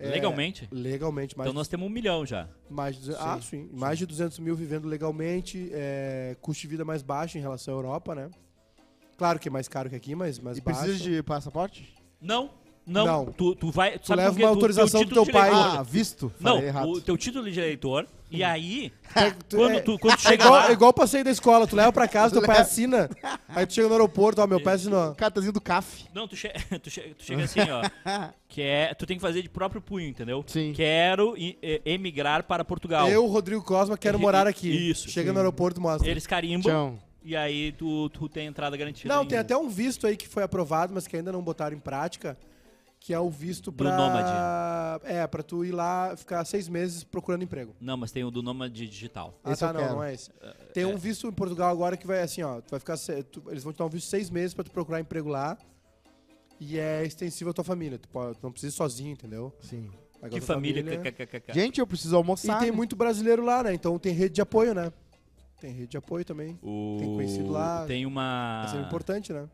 Speaker 2: É,
Speaker 3: Legalmente?
Speaker 2: Legalmente, mais
Speaker 3: Então nós temos um milhão já.
Speaker 2: Mais de, duze- ah, sim, mais de 200 mil vivendo legalmente, é, custo de vida mais baixo em relação à Europa, né? Claro que é mais caro que aqui, mas mais
Speaker 1: E
Speaker 2: baixo.
Speaker 1: precisa de passaporte?
Speaker 3: Não, não.
Speaker 2: Não.
Speaker 3: Tu, tu vai. Tu, sabe
Speaker 2: leva
Speaker 3: por quê?
Speaker 2: uma
Speaker 3: Tu- teu
Speaker 2: autorização do
Speaker 3: título
Speaker 2: teu
Speaker 3: de
Speaker 2: pai.
Speaker 3: eleitor-
Speaker 1: Ah, visto? Falei errado.
Speaker 3: Não, o teu título de eleitor. E aí,
Speaker 2: É, tu-
Speaker 3: quando
Speaker 2: é-
Speaker 3: tu, quando tu
Speaker 2: é
Speaker 3: chega
Speaker 2: igual,
Speaker 3: lá.
Speaker 2: é igual o passeio da escola, tu leva pra casa, teu pai
Speaker 1: Leva.
Speaker 2: assina. Aí tu chega no aeroporto, ó, meu pai assinou.
Speaker 1: Um Cartazinho do CAF.
Speaker 3: Não, tu, che- tu, che- tu chega assim, ó. Que é, tu tem que fazer de próprio punho, entendeu?
Speaker 1: Sim.
Speaker 3: Quero i- e- emigrar para Portugal.
Speaker 2: Eu, Rodrigo Cosma, quero
Speaker 3: É, E-
Speaker 2: morar aqui.
Speaker 3: isso,
Speaker 2: Chega no aeroporto, mostra.
Speaker 3: Eles carimbam
Speaker 1: Tchau.
Speaker 3: e aí tu, tu tem entrada garantida.
Speaker 2: Não,
Speaker 3: em-
Speaker 2: tem até um visto aí que foi aprovado, mas que ainda não botaram em prática, que é o visto pra...
Speaker 3: nômade.
Speaker 2: É, pra tu ir lá, ficar seis meses procurando emprego.
Speaker 3: Não, mas tem o do Nômade Digital.
Speaker 2: Ah,
Speaker 1: Esse
Speaker 2: tá,
Speaker 1: eu
Speaker 2: não,
Speaker 1: quero.
Speaker 2: não é esse. Tem um visto em Portugal agora que vai assim, ó. Tu vai ficar. se- tu- eles vão te dar um visto de seis meses pra tu procurar emprego lá. E é extensivo à tua família. Tu, pode- tu não precisa ir sozinho, entendeu?
Speaker 1: Sim.
Speaker 2: Vai com a é-
Speaker 3: Que é
Speaker 2: tua
Speaker 3: família. kkkk.
Speaker 1: Gente, eu preciso
Speaker 2: E
Speaker 1: almoçar.
Speaker 2: tem muito brasileiro lá, né? Então tem rede de apoio, né? Tem rede de apoio também.
Speaker 3: O...
Speaker 2: Tem conhecido lá.
Speaker 3: Tem uma.
Speaker 2: Isso é importante, né?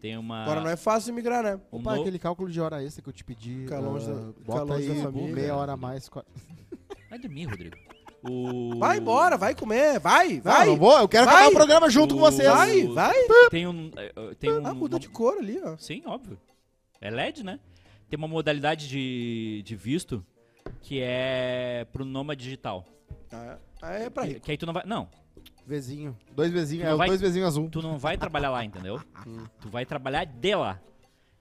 Speaker 3: Tem uma.
Speaker 2: Agora não é fácil emigrar, né?
Speaker 3: um
Speaker 1: Opa,
Speaker 3: no-
Speaker 1: aquele cálculo de hora extra que eu te pedi.
Speaker 2: Ficar longe
Speaker 1: ah,
Speaker 2: da- ficar
Speaker 1: bota
Speaker 2: longe
Speaker 1: aí
Speaker 2: da família.
Speaker 1: meia hora a mais. qua-
Speaker 3: Vai dormir, Rodrigo. O...
Speaker 2: é- Vai embora, vai comer, vai,
Speaker 1: Não,
Speaker 2: vai!
Speaker 1: não vou, eu quero
Speaker 2: Vai!
Speaker 1: acabar o programa junto com vocês.
Speaker 2: Vai, vai!
Speaker 3: Tem um. eh, eh, Tem um
Speaker 2: Ah, mudou de cor ali, ó.
Speaker 3: Sim, óbvio. É LED, né? Tem uma modalidade de, de visto que é pro Noma Digital.
Speaker 2: Ah, ah, é pra
Speaker 3: Que,
Speaker 2: rico.
Speaker 3: que aí tu não vai. Não,
Speaker 1: Vezinho. Dois vezinhos,
Speaker 3: Tu
Speaker 1: é, os
Speaker 3: vai-
Speaker 1: dois vezinhos azul.
Speaker 3: tu não vai trabalhar lá, entendeu?
Speaker 2: Hum.
Speaker 3: tu vai trabalhar de lá.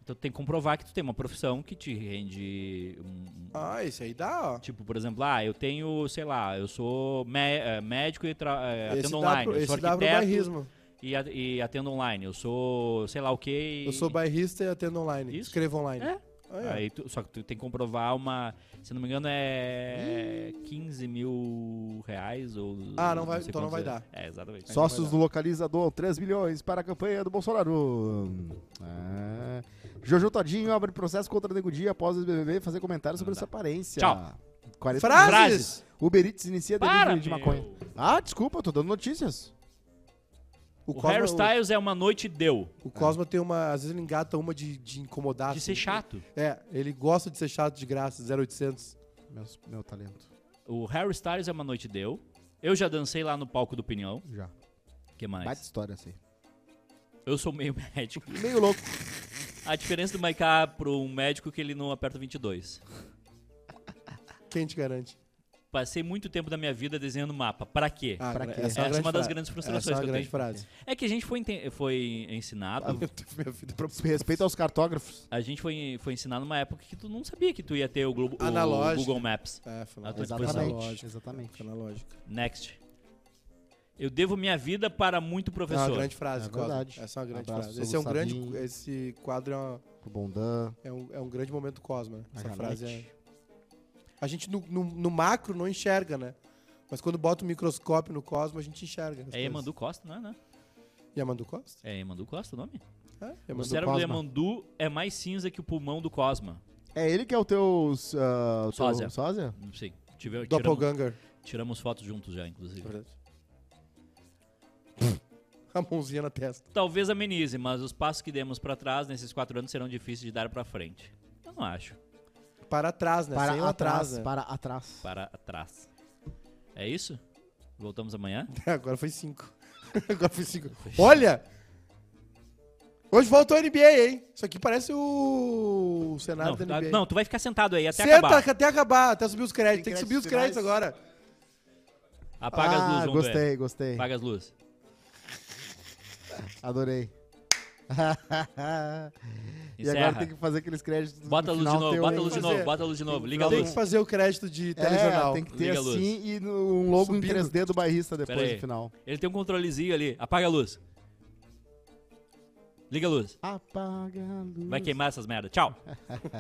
Speaker 3: Então tu tem que comprovar que tu tem uma profissão que te rende. um- um-
Speaker 2: Ah, esse aí dá, ó.
Speaker 3: Tipo, por exemplo, ah, eu tenho, sei lá, eu sou mé- eh, médico e tra- eh,
Speaker 2: Esse
Speaker 3: atendo
Speaker 2: dá,
Speaker 3: online.
Speaker 2: pro,
Speaker 3: eu sou
Speaker 2: esse dá pro
Speaker 3: arquiteto
Speaker 2: bairrismo.
Speaker 3: e, a- e atendo online. Eu sou, sei lá o quê. e-
Speaker 2: Eu sou bairrista e atendo online.
Speaker 3: Isso.
Speaker 2: Escrevo online.
Speaker 3: É.
Speaker 2: Ah, é.
Speaker 3: Aí tu- só que tu tem que comprovar uma. Se não me engano, é 15 mil reais ou.
Speaker 2: Ah, não vai-
Speaker 3: sei
Speaker 2: então não
Speaker 3: quantos
Speaker 2: vai
Speaker 3: é.
Speaker 2: dar.
Speaker 3: É, exatamente.
Speaker 1: Sócios do localizador, 3 milhões para a campanha do Bolsonaro. É. Jojo Todinho abre processo contra Nego Dia após o BBB fazer comentários sobre
Speaker 3: Não dá.
Speaker 1: sua aparência.
Speaker 3: Tchau.
Speaker 1: 40
Speaker 2: Frases!
Speaker 3: Frases.
Speaker 1: Uber Eats inicia
Speaker 3: Para,
Speaker 1: delivery de
Speaker 3: meu.
Speaker 1: maconha. Ah, desculpa, eu tô dando notícias.
Speaker 2: O,
Speaker 3: O
Speaker 2: Cosma,
Speaker 3: Harry Styles é uma noite deu.
Speaker 2: o, o Cosma tem uma. Às vezes ele engata uma de, de incomodar.
Speaker 3: De
Speaker 2: assim.
Speaker 3: ser chato.
Speaker 2: É, ele gosta de ser chato de graça, 0800.
Speaker 1: Meus- meu talento.
Speaker 3: O Harry Styles é uma noite deu. Eu já dancei lá no palco do Pinhão.
Speaker 1: Já.
Speaker 3: que mais?
Speaker 1: Bate história assim.
Speaker 3: Eu sou meio médico.
Speaker 2: Meio louco.
Speaker 3: A diferença do Maiká pro um médico é que ele não aperta 22.
Speaker 2: Quem te garante?
Speaker 3: Passei muito tempo da minha vida desenhando mapa. Pra quê?
Speaker 2: Ah,
Speaker 1: Pra
Speaker 2: gra-
Speaker 1: quê?
Speaker 2: uma
Speaker 3: Essa é
Speaker 2: grande
Speaker 3: uma das
Speaker 2: frase. Essa
Speaker 3: grandes
Speaker 2: é
Speaker 3: frustrações
Speaker 2: uma
Speaker 3: que eu
Speaker 2: grande
Speaker 3: tenho.
Speaker 2: frase.
Speaker 3: É que a gente foi, enten- foi ensinado.
Speaker 2: Ah, Eu tenho minha vida pra-
Speaker 1: é Respeito aos cartógrafos.
Speaker 3: A gente foi, foi ensinado numa época que tu não sabia que tu ia ter o, Globo, o
Speaker 2: Analógico.
Speaker 3: Google Maps.
Speaker 2: É, foi
Speaker 3: Ah,
Speaker 2: uma
Speaker 3: tô de
Speaker 1: Exatamente.
Speaker 2: analógica.
Speaker 1: Exatamente.
Speaker 2: Analógica.
Speaker 3: Next. Eu devo minha vida para muito
Speaker 2: É uma
Speaker 3: professor.
Speaker 2: grande frase,
Speaker 1: É
Speaker 2: Cosma.
Speaker 1: verdade.
Speaker 2: Essa é uma grande
Speaker 1: Abraço,
Speaker 2: frase. Esse é um
Speaker 1: Solu
Speaker 2: grande.
Speaker 1: Sabin.
Speaker 2: Esse quadro é, uma-
Speaker 1: O Bondan.
Speaker 2: é um, é um grande momento Cosma. né? Essa
Speaker 1: Margarete.
Speaker 2: frase é. A gente no, no- no macro não enxerga, né? Mas quando bota o microscópio no Cosmo, a gente enxerga. as
Speaker 3: É
Speaker 2: coisas.
Speaker 3: Emandu Costa, não é, né?
Speaker 2: Yamandu Costa?
Speaker 3: É Emandu Costa o nome?
Speaker 2: É,
Speaker 3: o
Speaker 2: Yamandu
Speaker 3: cérebro do
Speaker 1: Cosma.
Speaker 3: Emandu é mais cinza que o pulmão do Cosma.
Speaker 1: É ele que é o teu. ah, o teu
Speaker 3: Sósia.
Speaker 1: sósia?
Speaker 3: Não sei. Tive, tiramos,
Speaker 2: Doppelganger.
Speaker 3: tiramos fotos juntos já,
Speaker 1: É
Speaker 3: inclusive.
Speaker 2: A mãozinha na testa.
Speaker 3: Talvez amenize, mas os passos que demos pra trás nesses quatro anos serão difíceis de dar pra frente. Então, Eu não acho.
Speaker 2: Para trás, né? Sem o
Speaker 1: Para
Speaker 2: atrás,
Speaker 1: atrás.
Speaker 2: né?
Speaker 1: Para atrás.
Speaker 3: Para trás. É isso? Voltamos amanhã?
Speaker 2: Agora foi cinco. Agora foi cinco. Olha! Hoje voltou a NBA, hein? Isso aqui parece o, o cenário
Speaker 3: Não,
Speaker 2: da
Speaker 3: tá-
Speaker 2: NBA.
Speaker 3: não, tu vai ficar sentado aí até
Speaker 2: Senta
Speaker 3: acabar.
Speaker 2: até acabar, até subir os créditos.
Speaker 1: Tem
Speaker 2: Tem que subir os
Speaker 1: créditos
Speaker 2: créditos agora.
Speaker 3: Apaga as luzes,
Speaker 1: ah,
Speaker 3: vamos ver.
Speaker 1: gostei, gostei.
Speaker 3: Apaga as luzes.
Speaker 1: Adorei. e
Speaker 3: Encerra.
Speaker 1: agora tem que fazer aqueles créditos. no
Speaker 3: Bota a luz de
Speaker 1: final
Speaker 3: novo,
Speaker 1: teu
Speaker 3: bota a
Speaker 1: aí.
Speaker 3: luz de
Speaker 2: fazer.
Speaker 3: novo, bota a luz de novo. Liga a
Speaker 2: Tem
Speaker 3: luz.
Speaker 2: que fazer o crédito de
Speaker 1: É,
Speaker 2: telejornal.
Speaker 1: tem que ter
Speaker 3: Liga a luz.
Speaker 1: assim e no- um logo em
Speaker 2: Subindo.
Speaker 1: 3D do barrista depois
Speaker 3: Pera aí.
Speaker 1: do final.
Speaker 3: Ele tem um controlezinho ali. Apaga a luz. Liga a luz.
Speaker 1: Apaga a luz.
Speaker 3: Vai queimar essas merdas. Tchau.